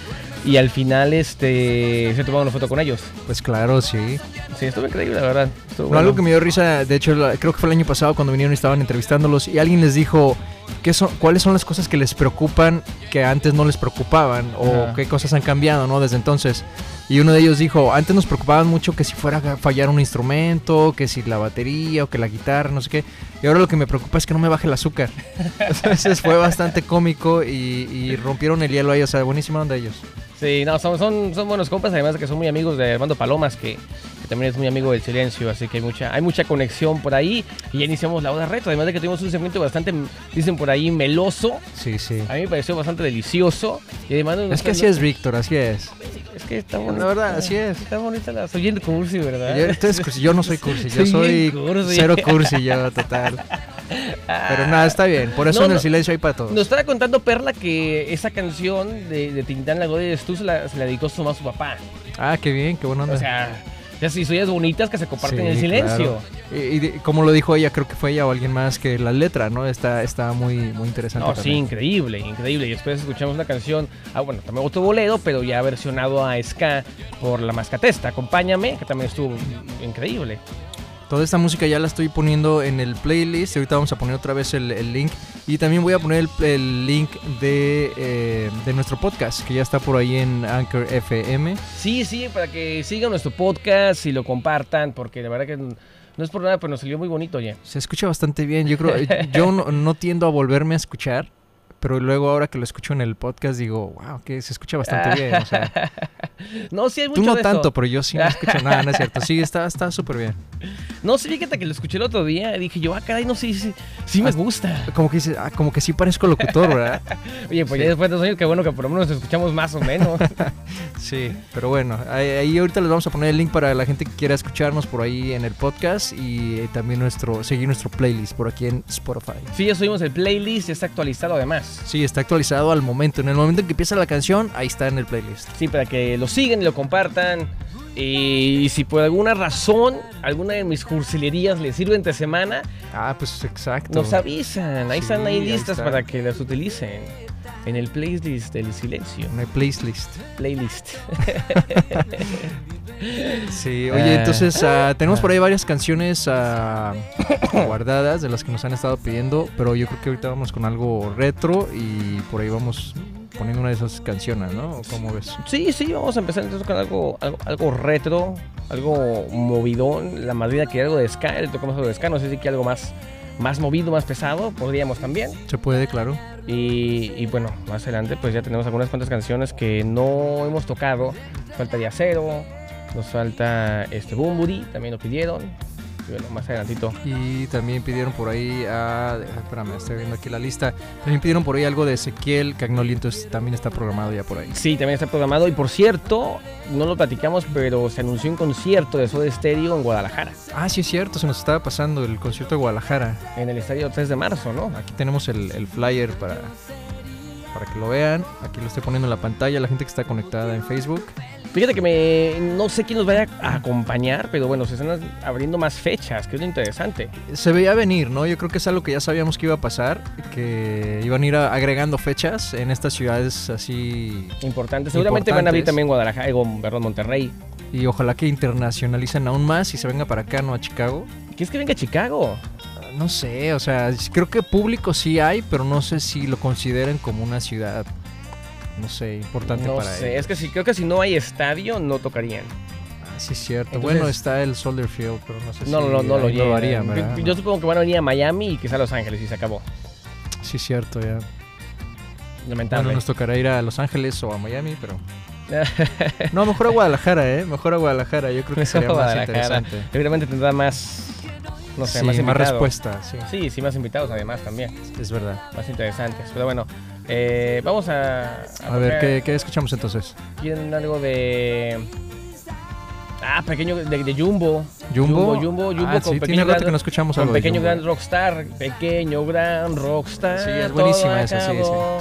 S1: Y al final, este, se tomaron una foto con ellos.
S2: Pues claro, sí.
S1: Sí, estuvo increíble, la verdad. Estuvo
S2: No,
S1: bueno.
S2: algo que me dio risa, de hecho, la- creo que fue el año pasado cuando vinieron y estaban entrevistándolos y alguien les dijo qué son, cuáles son las cosas que les preocupan que antes no les preocupaban o
S1: Ajá.
S2: qué cosas han cambiado, ¿no? Desde entonces. Y uno de ellos dijo, antes nos preocupaban mucho que si fuera a fallar un instrumento, que si la batería o que la guitarra, no sé qué. Y ahora lo que me preocupa es que no me baje el azúcar. Entonces fue bastante cómico y, y rompieron el hielo ahí, o sea, buenísima onda ellos.
S1: Sí, no, son, son, son buenos compas, además de que son muy amigos de Armando Palomas, que, que también es muy amigo del silencio, así que hay mucha, hay mucha conexión por ahí. Y ya iniciamos la hora reto, además de que tuvimos un segmento bastante, dicen por ahí, meloso.
S2: Sí, sí.
S1: A mí me pareció bastante delicioso. Y además nos-
S2: Es que así es, Víctor, así es.
S1: Es que está bonita.
S2: La verdad, así es.
S1: Está bonita la. Soy el cursi, ¿verdad?
S2: Yo, tú eres cursi, yo no soy cursi, yo
S1: ¿Eh? Soy
S2: soy
S1: bien cursi. Ah.
S2: cero cursi, yo total. Pero nada, está bien, por eso
S1: No,
S2: en el
S1: no.
S2: silencio hay para todos.
S1: Nos estaba contando Perla que esa canción de, de Tintán la Gloria eres tú se la, se la dedicó su mamá a su papá.
S2: Ah, qué bien, qué buena onda.
S1: O sea, esas historias bonitas que se comparten en el
S2: Sí,
S1: silencio.
S2: claro. Y, y de- como lo dijo ella, creo que fue ella o alguien más que la letra, ¿no? Está, está muy, muy interesante.
S1: No, sí,
S2: también.
S1: increíble, increíble. Y después escuchamos una canción, ah, bueno, también otro boledo, pero ya versionado a Ska por La Mascatesta, Acompáñame, que también estuvo increíble.
S2: Toda esta música ya la estoy poniendo en el playlist. Ahorita vamos a poner otra vez el, el link. Y también voy a poner el, el link de, eh, de nuestro podcast, que ya está por ahí en Anchor FM.
S1: Sí, sí, para que sigan nuestro podcast y lo compartan, porque la verdad que n- no es por nada, pero nos salió muy bonito, oye.
S2: Se escucha bastante bien. Yo creo, yo no, no tiendo a volverme a escuchar, pero luego ahora que lo escucho en el podcast digo, wow, que se escucha bastante bien. o sea,
S1: No, sí hay Ah. mucho
S2: tú no
S1: de eso.
S2: tanto, pero yo sí no escucho nada, no es cierto. Sí, está está súper bien.
S1: No, sí, fíjate que lo escuché el otro día y dije yo, ah, caray, no, sí, sí, sí me
S2: Hasta-
S1: gusta.
S2: Como que dices, ah, como que sí parezco locutor, ¿verdad?
S1: Oye, pues
S2: Sí.
S1: ya después de dos años, qué bueno que por lo menos nos escuchamos más o menos.
S2: Sí, pero bueno, ahí, ahí ahorita les vamos a poner el link para la gente que quiera escucharnos por ahí en el podcast y eh, también nuestro seguir nuestro playlist por aquí en Spotify.
S1: sí, ya subimos el playlist, ya está actualizado además.
S2: Sí, está actualizado al momento. En el momento en que empieza la canción, ahí está en el playlist.
S1: Sí, para que lo sigan y lo compartan. Y si por alguna razón, alguna de mis cursilerías les sirve entre semana,
S2: Ah, pues exacto.
S1: nos avisan. Ahí
S2: Sí,
S1: están ahí
S2: ahí
S1: listas
S2: está.
S1: para que las utilicen. en el playlist del silencio.
S2: Una playlist.
S1: Playlist.
S2: Sí, oye,
S1: Ah.
S2: entonces ah, tenemos por ahí varias canciones ah, guardadas de las que nos han estado pidiendo, pero yo creo que ahorita vamos con algo retro y por ahí vamos poniendo una de esas canciones, ¿no? ¿Cómo ves?
S1: Sí, sí, vamos a empezar entonces con algo, algo, algo retro, algo movidón. La madrina que algo de ska, le tocamos algo de ska, no sé si que algo más, más movido, más pesado, podríamos también.
S2: Se puede, claro.
S1: Y, y bueno, más adelante pues ya tenemos algunas cuantas canciones que no hemos tocado. Falta Día Cero, nos falta este Bumburi, también lo pidieron. Y bueno, más adelantito.
S2: Y también pidieron por ahí a... Espérame, estoy viendo aquí la lista. También pidieron por ahí algo de Ezequiel Cagnoli, entonces también está programado ya por ahí.
S1: Sí, también está programado. Y por cierto, no lo platicamos, pero se anunció un concierto de Soda Stereo en Guadalajara,
S2: Ah, sí es cierto, se nos estaba pasando el concierto de Guadalajara.
S1: en el estadio 3 de marzo, ¿no?
S2: Aquí tenemos el, el flyer para, para que lo vean. Aquí lo estoy poniendo en la pantalla, la gente que está conectada en Facebook.
S1: Fíjate que me, no sé quién nos vaya a acompañar, pero bueno, se están abriendo más fechas, que es lo interesante.
S2: Se veía venir, ¿no? Yo creo que es algo que ya sabíamos que iba a pasar, que iban a ir a- agregando fechas en estas ciudades así.
S1: Importante. Seguramente van a abrir
S2: Importantes.
S1: también Guadalajara, digo, perdón, Monterrey.
S2: Y ojalá que internacionalicen aún más y se venga para acá, ¿no? A Chicago.
S1: ¿Quieres que venga a Chicago?
S2: Ah, No sé, o sea, s- creo que público sí hay, pero no sé si lo consideran como una ciudad, no sé, importante
S1: no
S2: para
S1: sé,
S2: ellos.
S1: es que sí, creo que si no hay estadio, no tocarían.
S2: Ah, Sí, es cierto.
S1: Entonces-
S2: bueno, está el Soldier Field, pero no sé si
S1: no, no, no lo
S2: Pues ahí
S1: llenan.
S2: harían,
S1: Yo-
S2: ¿verdad?
S1: yo,
S2: No.
S1: supongo que van a venir a Miami y quizá a Los Ángeles y se acabó.
S2: Sí, es cierto, ya.
S1: Lamentable.
S2: Bueno, nos tocará ir a Los Ángeles o a Miami, pero... No, mejor a Guadalajara, ¿eh? Mejor a Guadalajara, yo creo que
S1: Mejor
S2: sería
S1: a
S2: más
S1: Guadalajara.
S2: interesante.
S1: Seguramente tendrá más, no sé,
S2: Sí,
S1: más, invitados.
S2: respuesta, sí,
S1: Sí, sí, más invitados además también,
S2: es verdad.
S1: más interesantes. Pero bueno, eh, vamos a...
S2: A ver,
S1: tocar-
S2: ¿qué, qué escuchamos entonces?
S1: ¿Quieren algo de... Ah, pequeño, de, de Jumbo.
S2: ¿Jumbo?
S1: Jumbo, Jumbo,
S2: Ah,
S1: con
S2: sí,
S1: pequeño
S2: tiene rato
S1: gran-
S2: que no escuchamos
S1: Con
S2: algo de
S1: pequeño
S2: Jumbo.
S1: gran rockstar, pequeño gran rockstar.
S2: Sí, es
S1: todo
S2: buenísima esa, sí,
S1: acabó.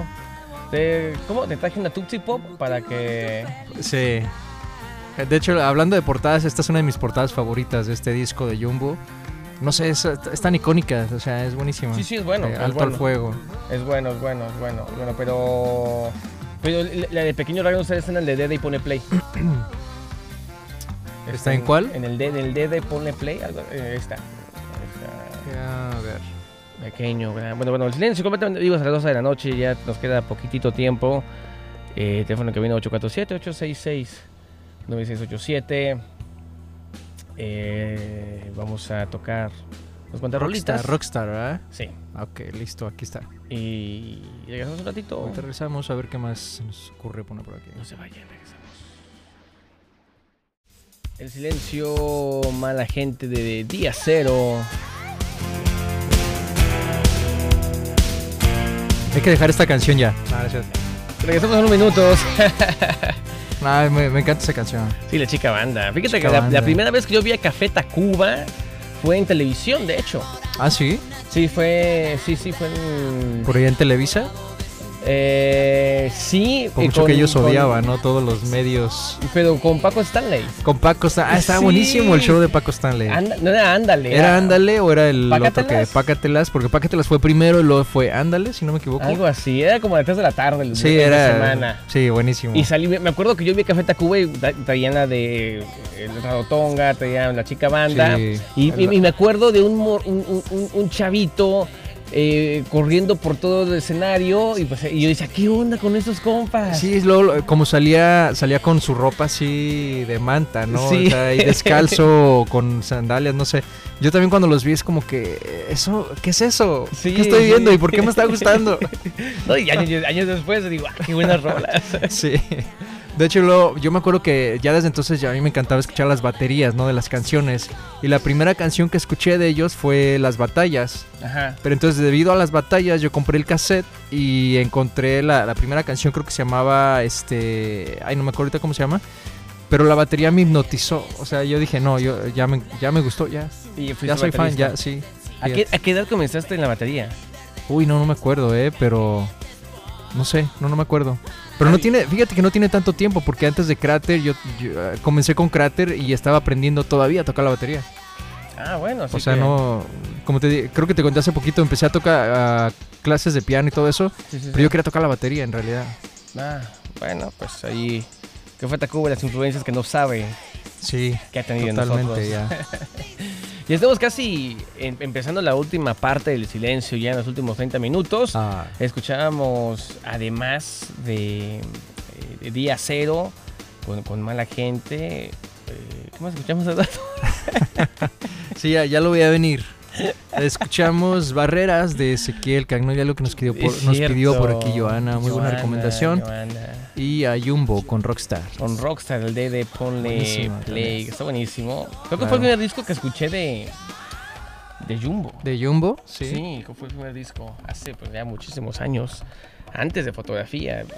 S1: Te- ¿Cómo? Te traje una Tootsie Pop para que...
S2: Sí. De hecho, hablando de portadas, esta es una de mis portadas favoritas de este disco de Jumbo. No sé, es, es tan icónica, o sea, es buenísima.
S1: Sí, sí, es bueno.
S2: Eh,
S1: es
S2: alto
S1: bueno.
S2: al fuego.
S1: Es bueno, es bueno, es bueno, es bueno, pero... Pero la de pequeño rayo ustedes en el de Dede y pone play.
S2: ¿Está en cuál?
S1: En el de, en el Dede pone play, algo, eh, ahí está. Ahí está.
S2: Eh, A ver.
S1: Pequeño, gran- Bueno, bueno, el silencio completamente vivo a las 12 de la noche, ya nos queda poquitito tiempo. Eh, teléfono que viene 847-866-9687. Eh, vamos a tocar unos cuantas
S2: Rockstar,
S1: rolitas.
S2: Rockstar, ¿verdad?
S1: Sí.
S2: Ah, Ok, listo, aquí está.
S1: Y regresamos un ratito.
S2: Ahorita regresamos a ver qué más se nos ocurre poner por aquí.
S1: No se vayan, regresamos. El silencio, mala gente de día cero.
S2: Hay que dejar esta canción ya. Ah, Gracias.
S1: Regresamos en unos minutos.
S2: Ah, me, me encanta esa canción.
S1: Sí, la chica banda. Fíjate
S2: Chica
S1: que la,
S2: Banda.
S1: la primera vez que yo vi a Café Tacuba fue en televisión, de hecho.
S2: Ah, sí.
S1: Sí, fue. Sí, sí, fue en.
S2: Por ahí en Televisa.
S1: eh, sí,
S2: Con
S1: eh,
S2: mucho que ellos
S1: con-
S2: odiaban, ¿no? Todos los medios.
S1: Pero con Paco Stanley.
S2: Con Paco Stanley. Ah, estaba
S1: Sí.
S2: buenísimo el show de Paco Stanley.
S1: Anda- no era Ándale.
S2: ¿Era Ándale o era el otro que
S1: Pácatelas.
S2: Pácatelas? Porque Pácatelas fue primero y luego fue Ándale, si no me equivoco.
S1: Algo así. Era como a las 3 de la tarde, el
S2: sí,
S1: de
S2: era.
S1: semana.
S2: Sí, buenísimo.
S1: Y salí, me acuerdo que yo vi a Café Tacuba y tra- traían la de eh, Rarotonga, traían la chica banda.
S2: Sí.
S1: Y, y- y me acuerdo de un, mor- un, un- un- un chavito eh, corriendo por todo el escenario y, pues, y yo decía, ¿qué onda con esos compas?
S2: Sí, es luego, lo- como salía, salía con su ropa así de manta, ¿no?
S1: Sí.
S2: O sea, y descalzo, con sandalias, no sé. Yo también cuando los vi es como que, ¿eso? ¿Qué es eso?
S1: Sí,
S2: ¿Qué estoy
S1: sí.
S2: viendo? ¿Y por qué me está gustando?
S1: ¿No? Y años, años después digo, ah, qué buenas rolas.
S2: sí. De hecho, luego, yo me acuerdo que ya desde entonces ya a mí me encantaba escuchar las baterías, ¿no? De las canciones. Y la primera canción que escuché de ellos fue Las Batallas.
S1: Ajá.
S2: Pero entonces, debido a las batallas, yo compré el cassette y encontré la, la primera canción, creo que se llamaba, este, ay, no me acuerdo ahorita cómo se llama, pero la batería me hipnotizó, o sea, yo dije, no, yo ya me, ya me gustó, ya,
S1: Y fuiste
S2: ya soy fan,
S1: baterista.
S2: ya, sí.
S1: ¿A qué, a qué edad comenzaste en la batería?
S2: Uy, no, no me acuerdo, eh, pero, no sé, no, no me acuerdo. Pero no tiene, fíjate que no tiene tanto tiempo, porque antes de Cráter, yo, yo, eh, comencé con Cráter y estaba aprendiendo todavía a tocar la batería.
S1: Ah, bueno. así
S2: O sea,
S1: que-
S2: no. Como te di- creo que te conté hace poquito, empecé a tocar a clases de piano y todo eso.
S1: Sí, sí, sí.
S2: Pero yo quería tocar la batería en realidad.
S1: Ah, bueno, pues ahí. ¿Qué fue Tacuba? Las influencias que no sabe
S2: Sí.
S1: que ha tenido en nosotros.
S2: Totalmente, ya.
S1: Y estamos casi em- empezando la última parte del silencio, ya en los últimos 30 minutos.
S2: Ah,
S1: Escuchábamos, además de, eh, de Día Cero, con, con Mala Gente. eh, ¿Qué más escuchamos hace rato?
S2: sí, ya, ya lo voy a venir. Escuchamos Barreras de Ezequiel Cagno, ya lo que nos pidió por,
S1: Es
S2: nos pidió por
S1: cierto,
S2: aquí Joana. Muy buena
S1: Joana,
S2: recomendación.
S1: Joana.
S2: Y a Jumbo con Rockstar.
S1: Con Rockstar, el de, de Ponle
S2: Buenísimo,
S1: Play, que está buenísimo. Creo que fue
S2: Claro.
S1: el primer disco que escuché de, de Jumbo.
S2: ¿De Jumbo?
S1: Sí, que fue el primer disco hace pues, ya muchísimos años, antes de fotografía. y-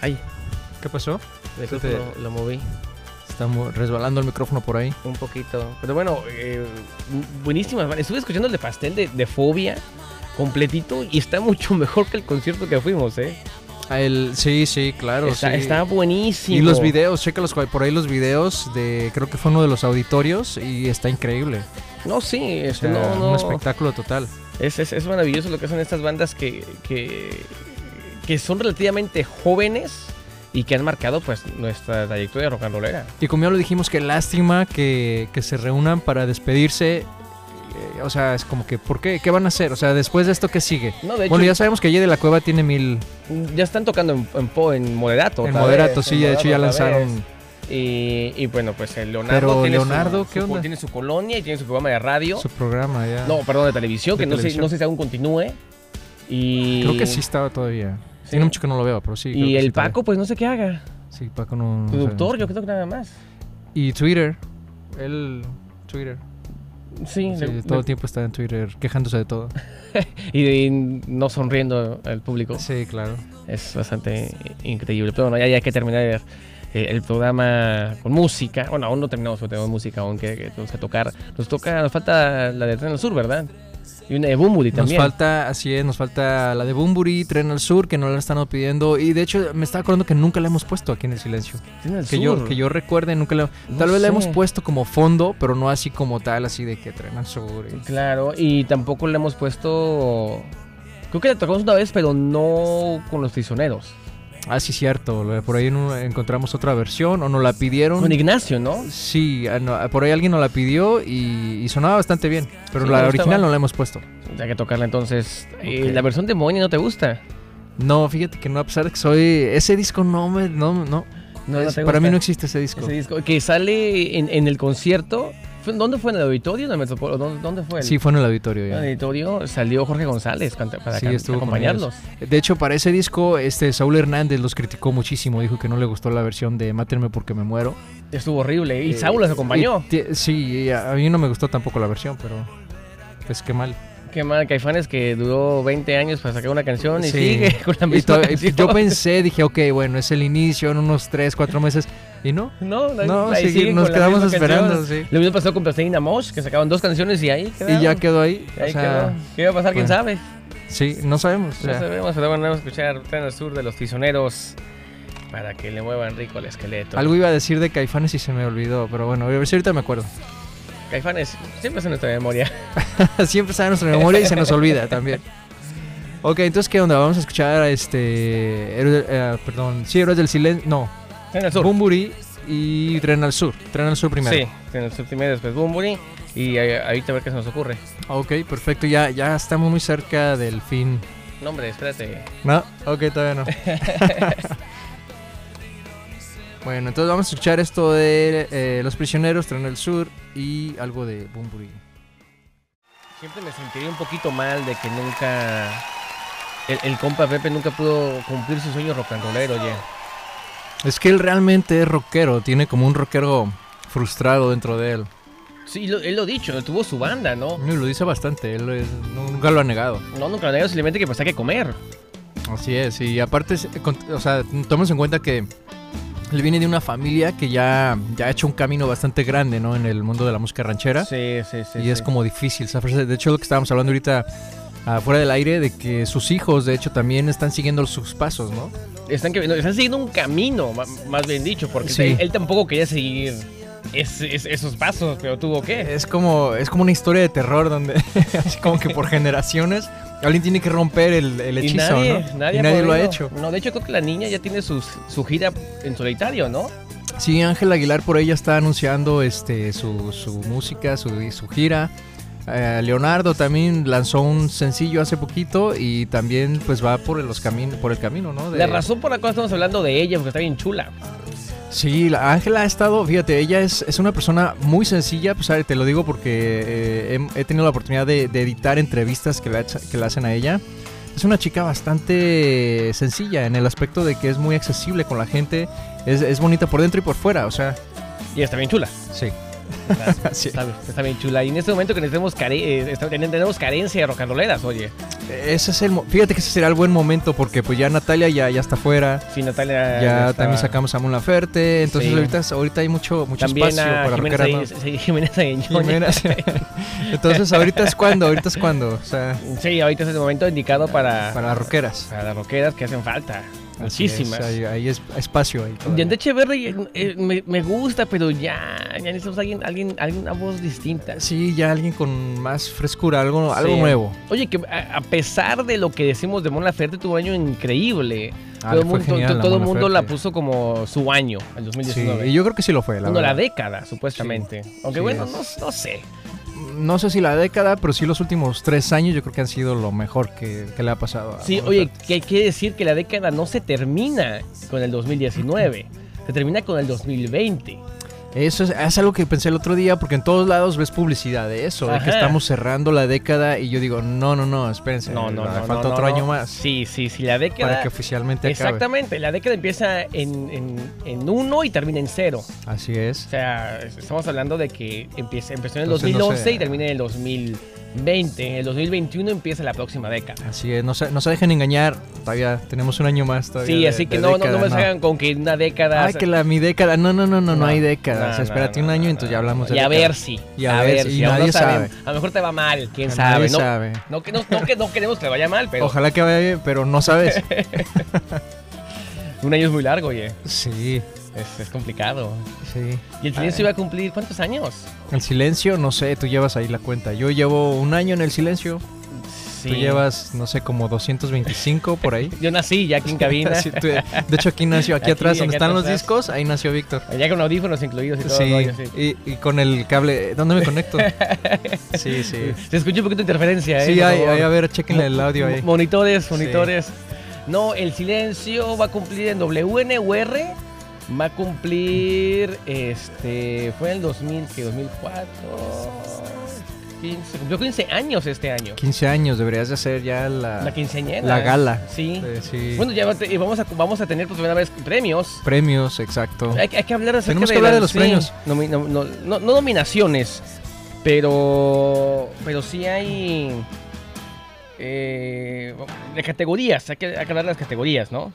S1: Ay,
S2: ¿Qué pasó?
S1: de
S2: Se
S1: pronto
S2: te-
S1: lo, lo moví
S2: Estamos resbalando el micrófono por ahí.
S1: un poquito. Pero bueno, eh, buenísimas. bandas. Estuve escuchando el de Pastel de, de Fobia completito y está mucho mejor que el concierto que fuimos, ¿eh?
S2: Ah, el- sí, sí, claro.
S1: está,
S2: sí.
S1: está buenísimo.
S2: Y los videos, chécalos por ahí los videos de, creo que fue uno de los auditorios y está increíble.
S1: No, sí,
S2: O
S1: este,
S2: sea,
S1: no, no.
S2: Un espectáculo total.
S1: Es, es- es maravilloso lo que hacen estas bandas que, que, que son relativamente jóvenes y que han marcado pues nuestra trayectoria rock and rollera.
S2: Y como ya lo dijimos, que lástima que, que se reúnan para despedirse. eh, o sea, es como que, ¿por qué? ¿Qué van a hacer? O sea, después de esto, ¿qué sigue?
S1: No, de hecho,
S2: Bueno, ya sabemos que Jay de la Cueva tiene mil
S1: ya están tocando en, en, po- en moderato.
S2: en
S1: otra
S2: moderato,
S1: vez,
S2: sí,
S1: en
S2: de hecho ya
S1: moderato otra
S2: lanzaron.
S1: vez. Y, y bueno, pues el Leonardo,
S2: Pero
S1: tiene,
S2: Leonardo,
S1: su,
S2: ¿qué
S1: su-
S2: onda?
S1: tiene su colonia y tiene su programa de radio.
S2: Su programa ya.
S1: No, perdón, de televisión,
S2: De
S1: que no,
S2: televisión.
S1: Sé, no sé si aún continúe. Y,
S2: Creo que sí estaba todavía.
S1: sí.
S2: Tiene mucho que no lo veo, pero sí. creo
S1: Y
S2: que sí
S1: el
S2: todavía.
S1: Paco, pues no sé qué haga.
S2: Sí, Paco no. no
S1: Productor,
S2: sabemos.
S1: yo creo que nada más.
S2: Y Twitter. Él. Twitter.
S1: Sí,
S2: Sí,
S1: le-
S2: todo
S1: le-
S2: el tiempo está en Twitter quejándose de todo.
S1: y, y no sonriendo al público.
S2: Sí, claro.
S1: Es bastante increíble. Pero bueno, ya, ya hay que terminar eh, el, programa con música. Bueno, aún no terminamos, pero tenemos música aún que, que tenemos que tocar. Nos toca, nos falta la de Tren al Sur, ¿verdad? Y una de Bumburi
S2: Nos
S1: también.
S2: falta, así es, nos falta la de Bumburi, Tren al Sur, que no la están pidiendo. Y de hecho, me estaba acordando que nunca la hemos puesto aquí en el silencio.
S1: Tren al
S2: Que
S1: Sur.
S2: yo, que yo recuerde, nunca la.
S1: No
S2: tal vez la hemos
S1: sé.
S2: puesto como fondo, pero no así como tal, así de que Tren al Sur. y-
S1: Claro, y tampoco le hemos puesto. Creo que la tocamos una vez, pero no con los prisioneros.
S2: Ah, sí, cierto. lo- Por ahí no- encontramos otra versión, o nos la pidieron.
S1: Con Ignacio, ¿no?
S2: Sí, ah, no, por ahí alguien nos la pidió y, y sonaba bastante bien. Pero
S1: Sí, me
S2: la
S1: gustaba.
S2: original no la hemos puesto.
S1: Hay que tocarla entonces. Eh,
S2: Ok.
S1: la versión de Moña no te gusta.
S2: No, fíjate que no, a pesar de que soy. Ese disco no me. No, no.
S1: No,
S2: Es-
S1: te
S2: para mí
S1: gusta.
S2: no existe ese disco.
S1: Ese disco que sale en, en el concierto. ¿Fue- ¿Dónde fue? ¿En el auditorio? ¿En el Metropol- ¿Dónde, dónde fue? El,
S2: Sí, fue en el auditorio
S1: en
S2: ya.
S1: el auditorio salió Jorge González canta- para
S2: Sí,
S1: can-
S2: estuvo con
S1: acompañarlos.
S2: De hecho, para ese disco, este Saúl Hernández los criticó muchísimo. Dijo que no le gustó la versión de Mátenme porque me muero. Eh,
S1: Estuvo horrible. Y Saúl los acompañó.
S2: Y ti- sí, y a a mí no me gustó tampoco la versión, pero. Pues qué mal.
S1: Qué mal, Caifanes que duró 20 años para sacar una canción y
S2: Sí.
S1: sigue con la
S2: Y
S1: misma
S2: to-
S1: canción.
S2: yo pensé, dije, ok, bueno, es el inicio, en unos 3, 4 meses. Y no.
S1: No, la-
S2: No,
S1: ahí
S2: sí,
S1: siguen
S2: nos
S1: con la
S2: quedamos
S1: misma
S2: esperando,
S1: canción.
S2: sí.
S1: Lo mismo pasó con Plastilina Mosh, que sacaban dos canciones y ahí quedaron.
S2: Y ya quedó ahí.
S1: Ahí
S2: o sea,
S1: quedó. ¿Qué iba a pasar? ¿Quién
S2: bueno,
S1: sabe?
S2: Sí, no sabemos. o sea,
S1: No sabemos, pero bueno, vamos a escuchar Tren al Sur de los Tizoneros para que le muevan rico el esqueleto.
S2: algo iba a decir de Caifanes y se me olvidó, pero bueno, a ver si ahorita me acuerdo.
S1: Caifanes, siempre es en nuestra memoria.
S2: Siempre está en nuestra memoria y se nos olvida también. Ok, entonces, ¿qué onda? Vamos a escuchar a este. Héroe- eh, perdón, sí, Héroes del Silencio. No,
S1: Tren al Sur.
S2: Bumburi y Tren al Sur. Tren al Sur primero.
S1: Sí, Tren al Sur primero, después Bumburi. Y eh, ahorita a ver qué se nos ocurre.
S2: Ok, perfecto, ya, ya estamos muy cerca del fin.
S1: No, hombre, espérate.
S2: No, ok, todavía no. bueno, entonces vamos a escuchar esto de eh, Los Prisioneros, Tren al Sur y algo de Bumburi.
S1: Siempre me sentiría un poquito mal de que nunca. El, el compa Pepe nunca pudo cumplir su sueño rock and rollero, ya.
S2: Es que él realmente es rockero, tiene como un rockero frustrado dentro de él.
S1: Sí, lo- él lo ha dicho, tuvo su banda, ¿no?
S2: Y Lo dice bastante, él es- nu- nunca lo ha negado.
S1: No, nunca lo negado, simplemente que pues hay que comer.
S2: Así es, y aparte, es- con- o sea, tomemos en cuenta que él viene de una familia que ya, ya ha hecho un camino bastante grande, ¿no? En el mundo de la música ranchera.
S1: Sí, sí, sí.
S2: y es como difícil saberse. De hecho, lo que estábamos hablando ahorita afuera del aire, de que sus hijos, de hecho, también están siguiendo sus pasos, ¿no?
S1: Están, que- no, están siguiendo un camino, ma- más bien dicho, porque
S2: Sí.
S1: él, él tampoco quería seguir es- es- esos pasos, pero tuvo que.
S2: Es como, es como una historia de terror donde, así como que por generaciones, alguien tiene que romper el, el
S1: y
S2: hechizo,
S1: nadie,
S2: ¿no?
S1: nadie,
S2: y
S1: ha
S2: nadie lo ha
S1: podido.
S2: hecho.
S1: No, de hecho creo que la niña ya tiene sus- su gira en solitario, ¿no?
S2: Sí, Ángel Aguilar por ella está anunciando este, su, su música, su, su gira. Eh, Leonardo también lanzó un sencillo hace poquito y también pues va por los caminos, por el camino, ¿no? De-
S1: La razón por la cual estamos hablando de ella, porque está bien chula.
S2: Sí, la Ángela ha estado, fíjate, ella es, es una persona muy sencilla, pues a ver, te lo digo porque eh, he, he tenido la oportunidad de, de editar entrevistas que le, hacha- que le hacen a ella. Es una chica bastante sencilla en el aspecto de que es muy accesible con la gente, es, es bonita por dentro y por fuera, o sea,
S1: Y está bien chula.
S2: sí. Sí.
S1: Está, bien- está bien chula. Y en este momento que necesitamos care- eh, está- tenemos carencia de rocanroleras, oye.
S2: Ese es el, mo- fíjate que ese será el buen momento porque pues ya Natalia ya, ya está fuera.
S1: Sí, Natalia.
S2: Ya
S1: estaba-
S2: también sacamos a Mon Laferte, entonces
S1: Sí.
S2: ahorita, ahorita hay mucho, mucho
S1: También
S2: espacio
S1: a
S2: para
S1: Jimena
S2: recuperar
S1: Sain- sí, Jimena Sainzone.
S2: Jimenas. Entonces, ahorita es cuando, ahorita es cuando, o sea,
S1: Sí, ahorita es el momento indicado para,
S2: para las roqueras.
S1: para las roqueras que hacen falta. Muchísimas.
S2: Así es, hay, hay es- espacio ahí. todavía.
S1: Yandel Echeverry eh, eh, me, me gusta, pero ya, ya necesitamos alguien, alguien, alguna voz distinta.
S2: Sí, ya alguien con más frescura, algo, algo
S1: Sí.
S2: nuevo.
S1: Oye, que a, a pesar de lo que decimos de Mon Laferte, tuvo un año increíble.
S2: Ah,
S1: todo
S2: le
S1: el
S2: fue
S1: mundo,
S2: genial
S1: todo,
S2: a
S1: el
S2: Mon
S1: mundo la
S2: Laferte.
S1: puso como su año, el
S2: Sí,
S1: 2019.
S2: y yo creo que sí lo fue, la
S1: bueno, la
S2: verdad.
S1: década, supuestamente. Aunque
S2: Sí,
S1: bueno, no,
S2: es-
S1: no sé.
S2: No sé si la década, pero sí los últimos tres años yo creo que han sido lo mejor que, que le ha pasado. a
S1: Sí,
S2: Mon
S1: oye,
S2: Laferte.
S1: que hay que decir que la década no se termina con el 2019, se termina con el 2020.
S2: Eso es, es algo que pensé el otro día, porque en todos lados ves publicidad de eso, de que
S1: Ajá.
S2: estamos cerrando la década y yo digo, no, no, no, espérense. ah,
S1: No, no, no.
S2: falta
S1: no,
S2: otro
S1: no.
S2: año más
S1: Sí, sí, sí, la década.
S2: para que oficialmente acabe.
S1: Exactamente, la década empieza en, en, en uno y termina en cero.
S2: Así es.
S1: O sea, es- estamos hablando de que empieza, empezó en el
S2: Entonces, no
S1: 2011
S2: sé.
S1: y termina en el 2020. En el 2021 empieza la próxima década.
S2: Así es, no se, no se dejen engañar, todavía tenemos un año más todavía.
S1: Sí,
S2: de-
S1: así que
S2: de
S1: no, no-
S2: década,
S1: no me salgan con que una década.
S2: Ay, que la mi década, no, no, no, no, no,
S1: No,
S2: hay
S1: no,
S2: décadas,
S1: no,
S2: espérate
S1: no,
S2: un año
S1: no,
S2: y entonces
S1: no,
S2: ya hablamos
S1: no.
S2: de
S1: Y a
S2: década.
S1: ver si.
S2: Y a ver si,
S1: aún
S2: nadie
S1: saben.
S2: sabe.
S1: A lo mejor te va mal, quién sabe.
S2: Nadie
S1: No,
S2: sabe.
S1: No, que, no, no que- no queremos que vaya mal, pero
S2: Ojalá que vaya bien, pero no sabes.
S1: un año es muy largo, oye.
S2: sí,
S1: Es, es complicado.
S2: sí.
S1: Y el silencio iba a cumplir cuántos años?
S2: El silencio, no sé, tú llevas ahí la cuenta. Yo llevo un año en el silencio,
S1: Sí.
S2: tú llevas, no sé, como 225 por ahí.
S1: Yo nací ya aquí en cabina.
S2: Sí, tú- de hecho, aquí nació, aquí
S1: Aquí,
S2: atrás, donde
S1: aquí
S2: están los
S1: atrás.
S2: discos, ahí nació Víctor.
S1: Ya con audífonos incluidos y todo. el rollo, sí.
S2: Sí, y, y con el cable, ¿dónde me conecto? Sí, sí.
S1: Se escucha un poquito de interferencia, ¿eh?
S2: Sí,
S1: Por
S2: hay,
S1: favor.
S2: hay, a ver, chequen el audio
S1: Mo-
S2: ahí.
S1: Monitores,
S2: Sí.
S1: monitores. No, el silencio va a cumplir en WNUR. Va a cumplir, este, fue en el 2000, que 2004, 15, cumplió 15 años este año.
S2: 15 años, deberías de hacer ya la,
S1: La quinceañera.
S2: la gala.
S1: Sí.
S2: Eh, sí.
S1: Bueno, ya va- te- vamos a, vamos a tener por primera vez premios.
S2: Premios, exacto.
S1: Hay, que- hay que hablar acerca
S2: Tenemos que
S1: de
S2: hablar de
S1: las-
S2: los
S1: sí,
S2: premios.
S1: nomi- no, no- no- no nominaciones, pero, pero sí hay eh, de categorías. Hay que, hay que hablar de las categorías, ¿no?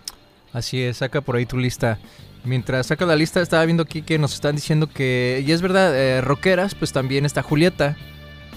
S2: Así es, saca por ahí tu lista. Mientras saca la lista, estaba viendo aquí que nos están diciendo que, y es verdad, eh, rockeras, pues también está Julieta,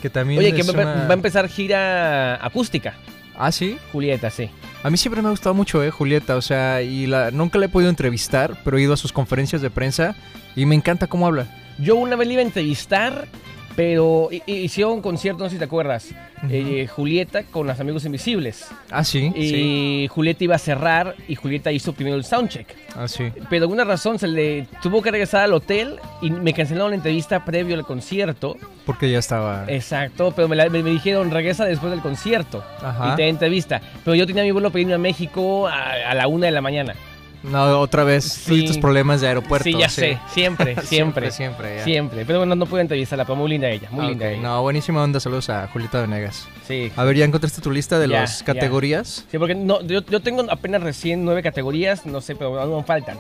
S2: que también
S1: Oye, que
S2: es
S1: va,
S2: una-
S1: va a empezar gira acústica,
S2: Ah, sí.
S1: Julieta, sí.
S2: A mí siempre me ha gustado mucho, eh, Julieta, o sea, y la, nunca la he podido entrevistar, pero he ido a sus conferencias de prensa y me encanta cómo habla.
S1: Yo una vez la iba a entrevistar, pero hi- hi- hicieron un concierto, no sé si te acuerdas, eh, Julieta con los Amigos Invisibles.
S2: Ah, sí.
S1: Y
S2: sí.
S1: Julieta iba a cerrar y Julieta hizo primero el soundcheck.
S2: Ah, sí.
S1: Pero de alguna razón se le tuvo que regresar al hotel y me cancelaron la entrevista previo al concierto.
S2: Porque ya estaba.
S1: Eh, Exacto, pero me, la- me- me dijeron regresa después del concierto
S2: Ajá.
S1: y te entrevista. Pero yo tenía mi vuelo para irme a México a, a la una de la mañana.
S2: No, otra vez. tú y
S1: Sí.
S2: tus problemas de aeropuerto.
S1: sí, ya sé, siempre, siempre,
S2: Siempre, siempre. ya.
S1: siempre. Pero bueno, no pude entrevistarla, pero muy linda ella, muy
S2: Ah,
S1: linda
S2: ok.
S1: ella.
S2: No, buenísima onda. Saludos a Julieta Venegas.
S1: Sí.
S2: A ver, ¿ya encontraste tu lista de
S1: Ya,
S2: las
S1: ya.
S2: categorías?
S1: Sí, porque no, yo, yo tengo apenas recién nueve categorías, no sé, pero aún faltan.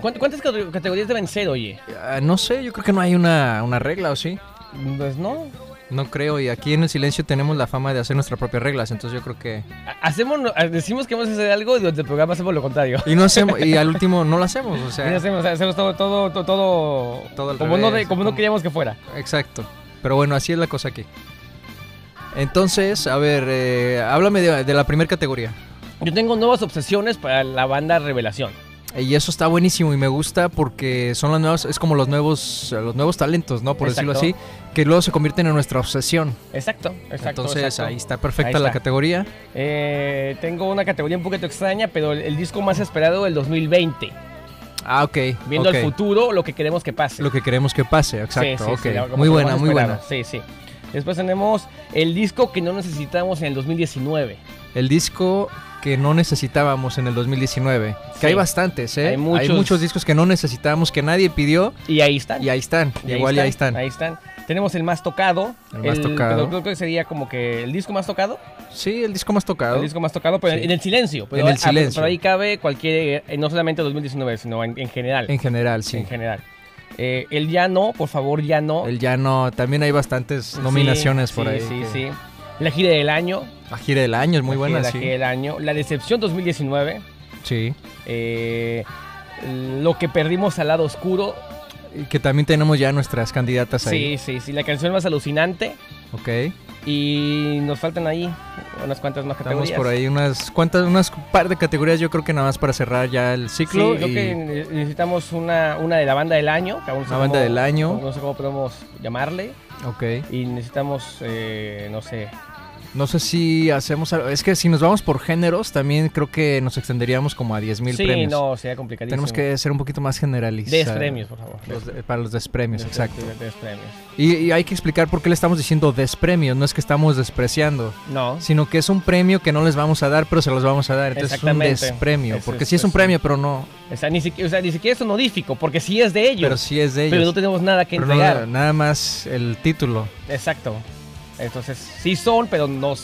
S1: ¿Cuánt- ¿Cuántas cate- categorías deben ser, oye?
S2: Ah, no sé, yo creo que no hay una, una regla, ¿o sí?
S1: Pues no,
S2: No creo. Y aquí en el silencio tenemos la fama de hacer nuestras propias reglas. Entonces yo creo que.
S1: Hacemos, ah, decimos que vamos a hacer algo y durante el programa hacemos lo contrario.
S2: Y no hacemos. y al último no lo hacemos. O sea,
S1: hacemos, hacemos todo, todo, todo, todo,
S2: Todo al
S1: como, no,
S2: revés,
S1: de- como no
S2: como-
S1: queríamos que fuera.
S2: Exacto. Pero bueno, así es la cosa aquí. Entonces, a ver, eh, háblame de, de la primera categoría.
S1: Yo tengo nuevas obsesiones para la banda Revelación.
S2: Eh, Y eso está buenísimo y me gusta porque son las nuevas, es como los nuevos, los nuevos talentos, ¿no? Por decirlo así,
S1: Exacto.
S2: que luego se convierten en nuestra obsesión.
S1: Exacto, exacto.
S2: Entonces
S1: exacto.
S2: ahí está perfecta
S1: Ahí
S2: la
S1: está.
S2: categoría.
S1: Eh, tengo una categoría un poquito extraña, pero el, el disco más esperado del 2020.
S2: Ah, ok.
S1: Viendo
S2: ok.
S1: al futuro lo que queremos que pase.
S2: Lo que queremos que pase,
S1: Sí,
S2: exacto.
S1: sí,
S2: ok.
S1: sí, la- como
S2: muy
S1: que lo
S2: buena,
S1: más
S2: muy
S1: esperado.
S2: buena.
S1: Sí, sí. Después tenemos el disco que no necesitamos en el 2019.
S2: El disco que no necesitábamos en el 2019.
S1: Sí.
S2: Que hay bastantes, ¿eh?
S1: Hay muchos.
S2: discos que no necesitábamos, que nadie pidió
S1: Y ahí están.
S2: y ahí están.
S1: Y
S2: Igual y ahí están.
S1: Ahí están. Tenemos el más tocado.
S2: El más tocado.
S1: Pero creo que sería como que el disco más tocado.
S2: Sí, el disco más tocado.
S1: El disco más tocado, pero
S2: Sí.
S1: en el silencio. Pero,
S2: En el
S1: ah,
S2: silencio.
S1: pero ahí cabe cualquier, eh, no solamente 2019, sino en, en general.
S2: En general, sí.
S1: En general. Eh, el ya no, por favor, ya no.
S2: El ya no, también hay bastantes
S1: Sí,
S2: nominaciones por
S1: sí,
S2: ahí.
S1: Sí,
S2: que-
S1: sí. La gira del año.
S2: La gira del año es muy
S1: la
S2: buena,
S1: gira- La
S2: sí.
S1: gira del año. La decepción 2019.
S2: Sí.
S1: eh, lo que perdimos al lado oscuro.
S2: Y que también tenemos ya nuestras candidatas Pues ahí.
S1: Sí, sí, sí. La canción más alucinante.
S2: Ok.
S1: Y nos faltan ahí unas cuantas más categorías.
S2: Estamos por ahí unas cuantas, unas par de categorías, yo creo que nada más para cerrar ya el
S1: Sí,
S2: ciclo.
S1: creo
S2: y-
S1: que ne- necesitamos una, una de la banda del año. que aún no sé
S2: Una banda
S1: cómo-
S2: del año.
S1: No sé cómo podemos llamarle.
S2: Ok.
S1: Y necesitamos, eh, no sé.
S2: No sé si hacemos algo. Es que si nos vamos por géneros, también creo que nos extenderíamos como a 10.000
S1: sí,
S2: premios.
S1: no, sería complicadísimo.
S2: Tenemos que ser un poquito más generalistas.
S1: Des premios, por favor.
S2: Los de- para los despremios,
S1: Des-
S2: exacto.
S1: des- des premios.
S2: Y, y hay que explicar por qué le estamos diciendo despremios. No es que estamos despreciando,
S1: No.
S2: sino que es un premio que no les vamos a dar, pero se los vamos a dar. Entonces es un
S1: Exactamente.
S2: despremio.
S1: Es-
S2: porque
S1: es- pues,
S2: sí es un
S1: es-
S2: premio, pero no.
S1: O sea, ni siquiera, o sea, ni siquiera es honorífico, porque sí es de ellos.
S2: Pero
S1: Pero,
S2: sí es de ellos.
S1: no tenemos nada que
S2: Pero no-
S1: entregar.
S2: nada más el título,
S1: Exacto. Entonces, sí son, pero no. O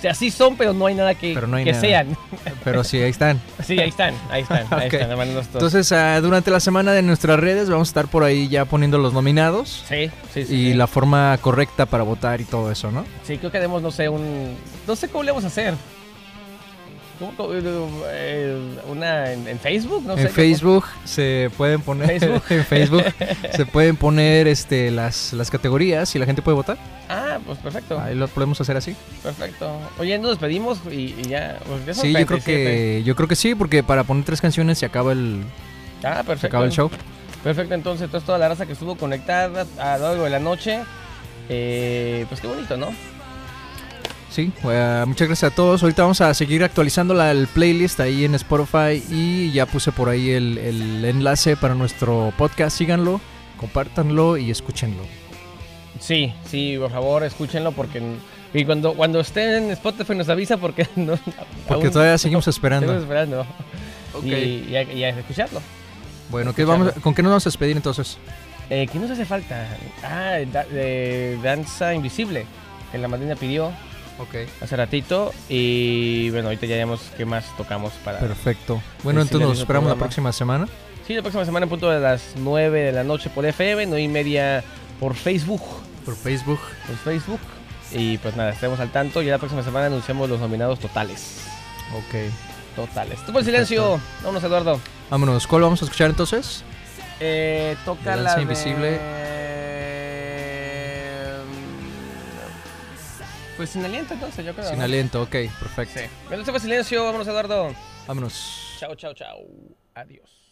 S1: sea, sí son, pero no hay nada que,
S2: Pero no hay
S1: que
S2: nada.
S1: sean.
S2: pero sí, ahí están.
S1: Sí, ahí están, ahí están, ahí
S2: Ok.
S1: están. hermano, los dos.
S2: Entonces, ah, durante la semana de nuestras redes vamos a estar por ahí ya poniendo los nominados.
S1: sí, sí, sí.
S2: y
S1: sí.
S2: la forma correcta para votar y todo eso, ¿no?
S1: Sí, creo que haremos, no sé, un. No sé cómo le vamos a hacer. ¿Cómo- cómo- eh, ¿Una en, en Facebook? No sé.
S2: en
S1: ¿cómo?
S2: Facebook se pueden poner
S1: Facebook.
S2: en Facebook se pueden poner este las, las categorías y la gente puede votar.
S1: Ah, pues perfecto.
S2: Ahí lo podemos hacer así.
S1: Perfecto. Oye, nos despedimos y, y ya. pues, ya son ¿eh?
S2: Sí, yo creo
S1: 47.
S2: que yo creo que sí, porque para poner tres canciones se acaba el
S1: Ah,
S2: se
S1: perfecto.
S2: acaba el show.
S1: Perfecto, entonces, entonces toda la raza que estuvo conectada a lo largo de la noche. eh, pues qué bonito, ¿no?
S2: Sí, eh, muchas gracias a todos. Ahorita vamos a seguir actualizando la el playlist ahí en Spotify y ya puse por ahí el, el enlace para nuestro podcast. Síganlo, compártanlo y escúchenlo.
S1: Sí, sí, por favor, escúchenlo porque. Y cuando, cuando estén en Spotify nos avisa porque no.
S2: Porque
S1: aún
S2: todavía seguimos
S1: Estamos
S2: esperando.
S1: esperando.
S2: Ok.
S1: Y, y, hay- y hay que escucharlo.
S2: Bueno, ¿qué vamos, ¿con qué nos vamos a despedir entonces?
S1: Eh, ¿Qué nos hace falta? Ah, da- de Danza Invisible, que la madrina pidió
S2: Ok.
S1: hace ratito. Y bueno, ahorita ya veremos qué más tocamos para.
S2: Perfecto. Bueno,
S1: Sí, sí,
S2: entonces
S1: del
S2: nos
S1: mismo
S2: esperamos la
S1: programa.
S2: próxima semana.
S1: Sí, la próxima semana en punto de las 9 de la noche por FM, 9 y media por Facebook.
S2: Por Facebook.
S1: Por Facebook. Y pues nada, estemos al tanto. Ya la próxima semana anunciamos los nominados totales.
S2: Ok.
S1: Totales. Tú por el silencio. Vámonos, Eduardo.
S2: Vámonos. ¿Cuál vamos a escuchar entonces?
S1: Eh, toca
S2: Danza
S1: la de-
S2: Invisible.
S1: Pues sin aliento entonces, yo creo.
S2: Sin
S1: ¿no?
S2: aliento. Ok, perfecto.
S1: Sí. Entonces fue silencio. Vámonos, Eduardo.
S2: Vámonos.
S1: Chao, chao, chao. Adiós.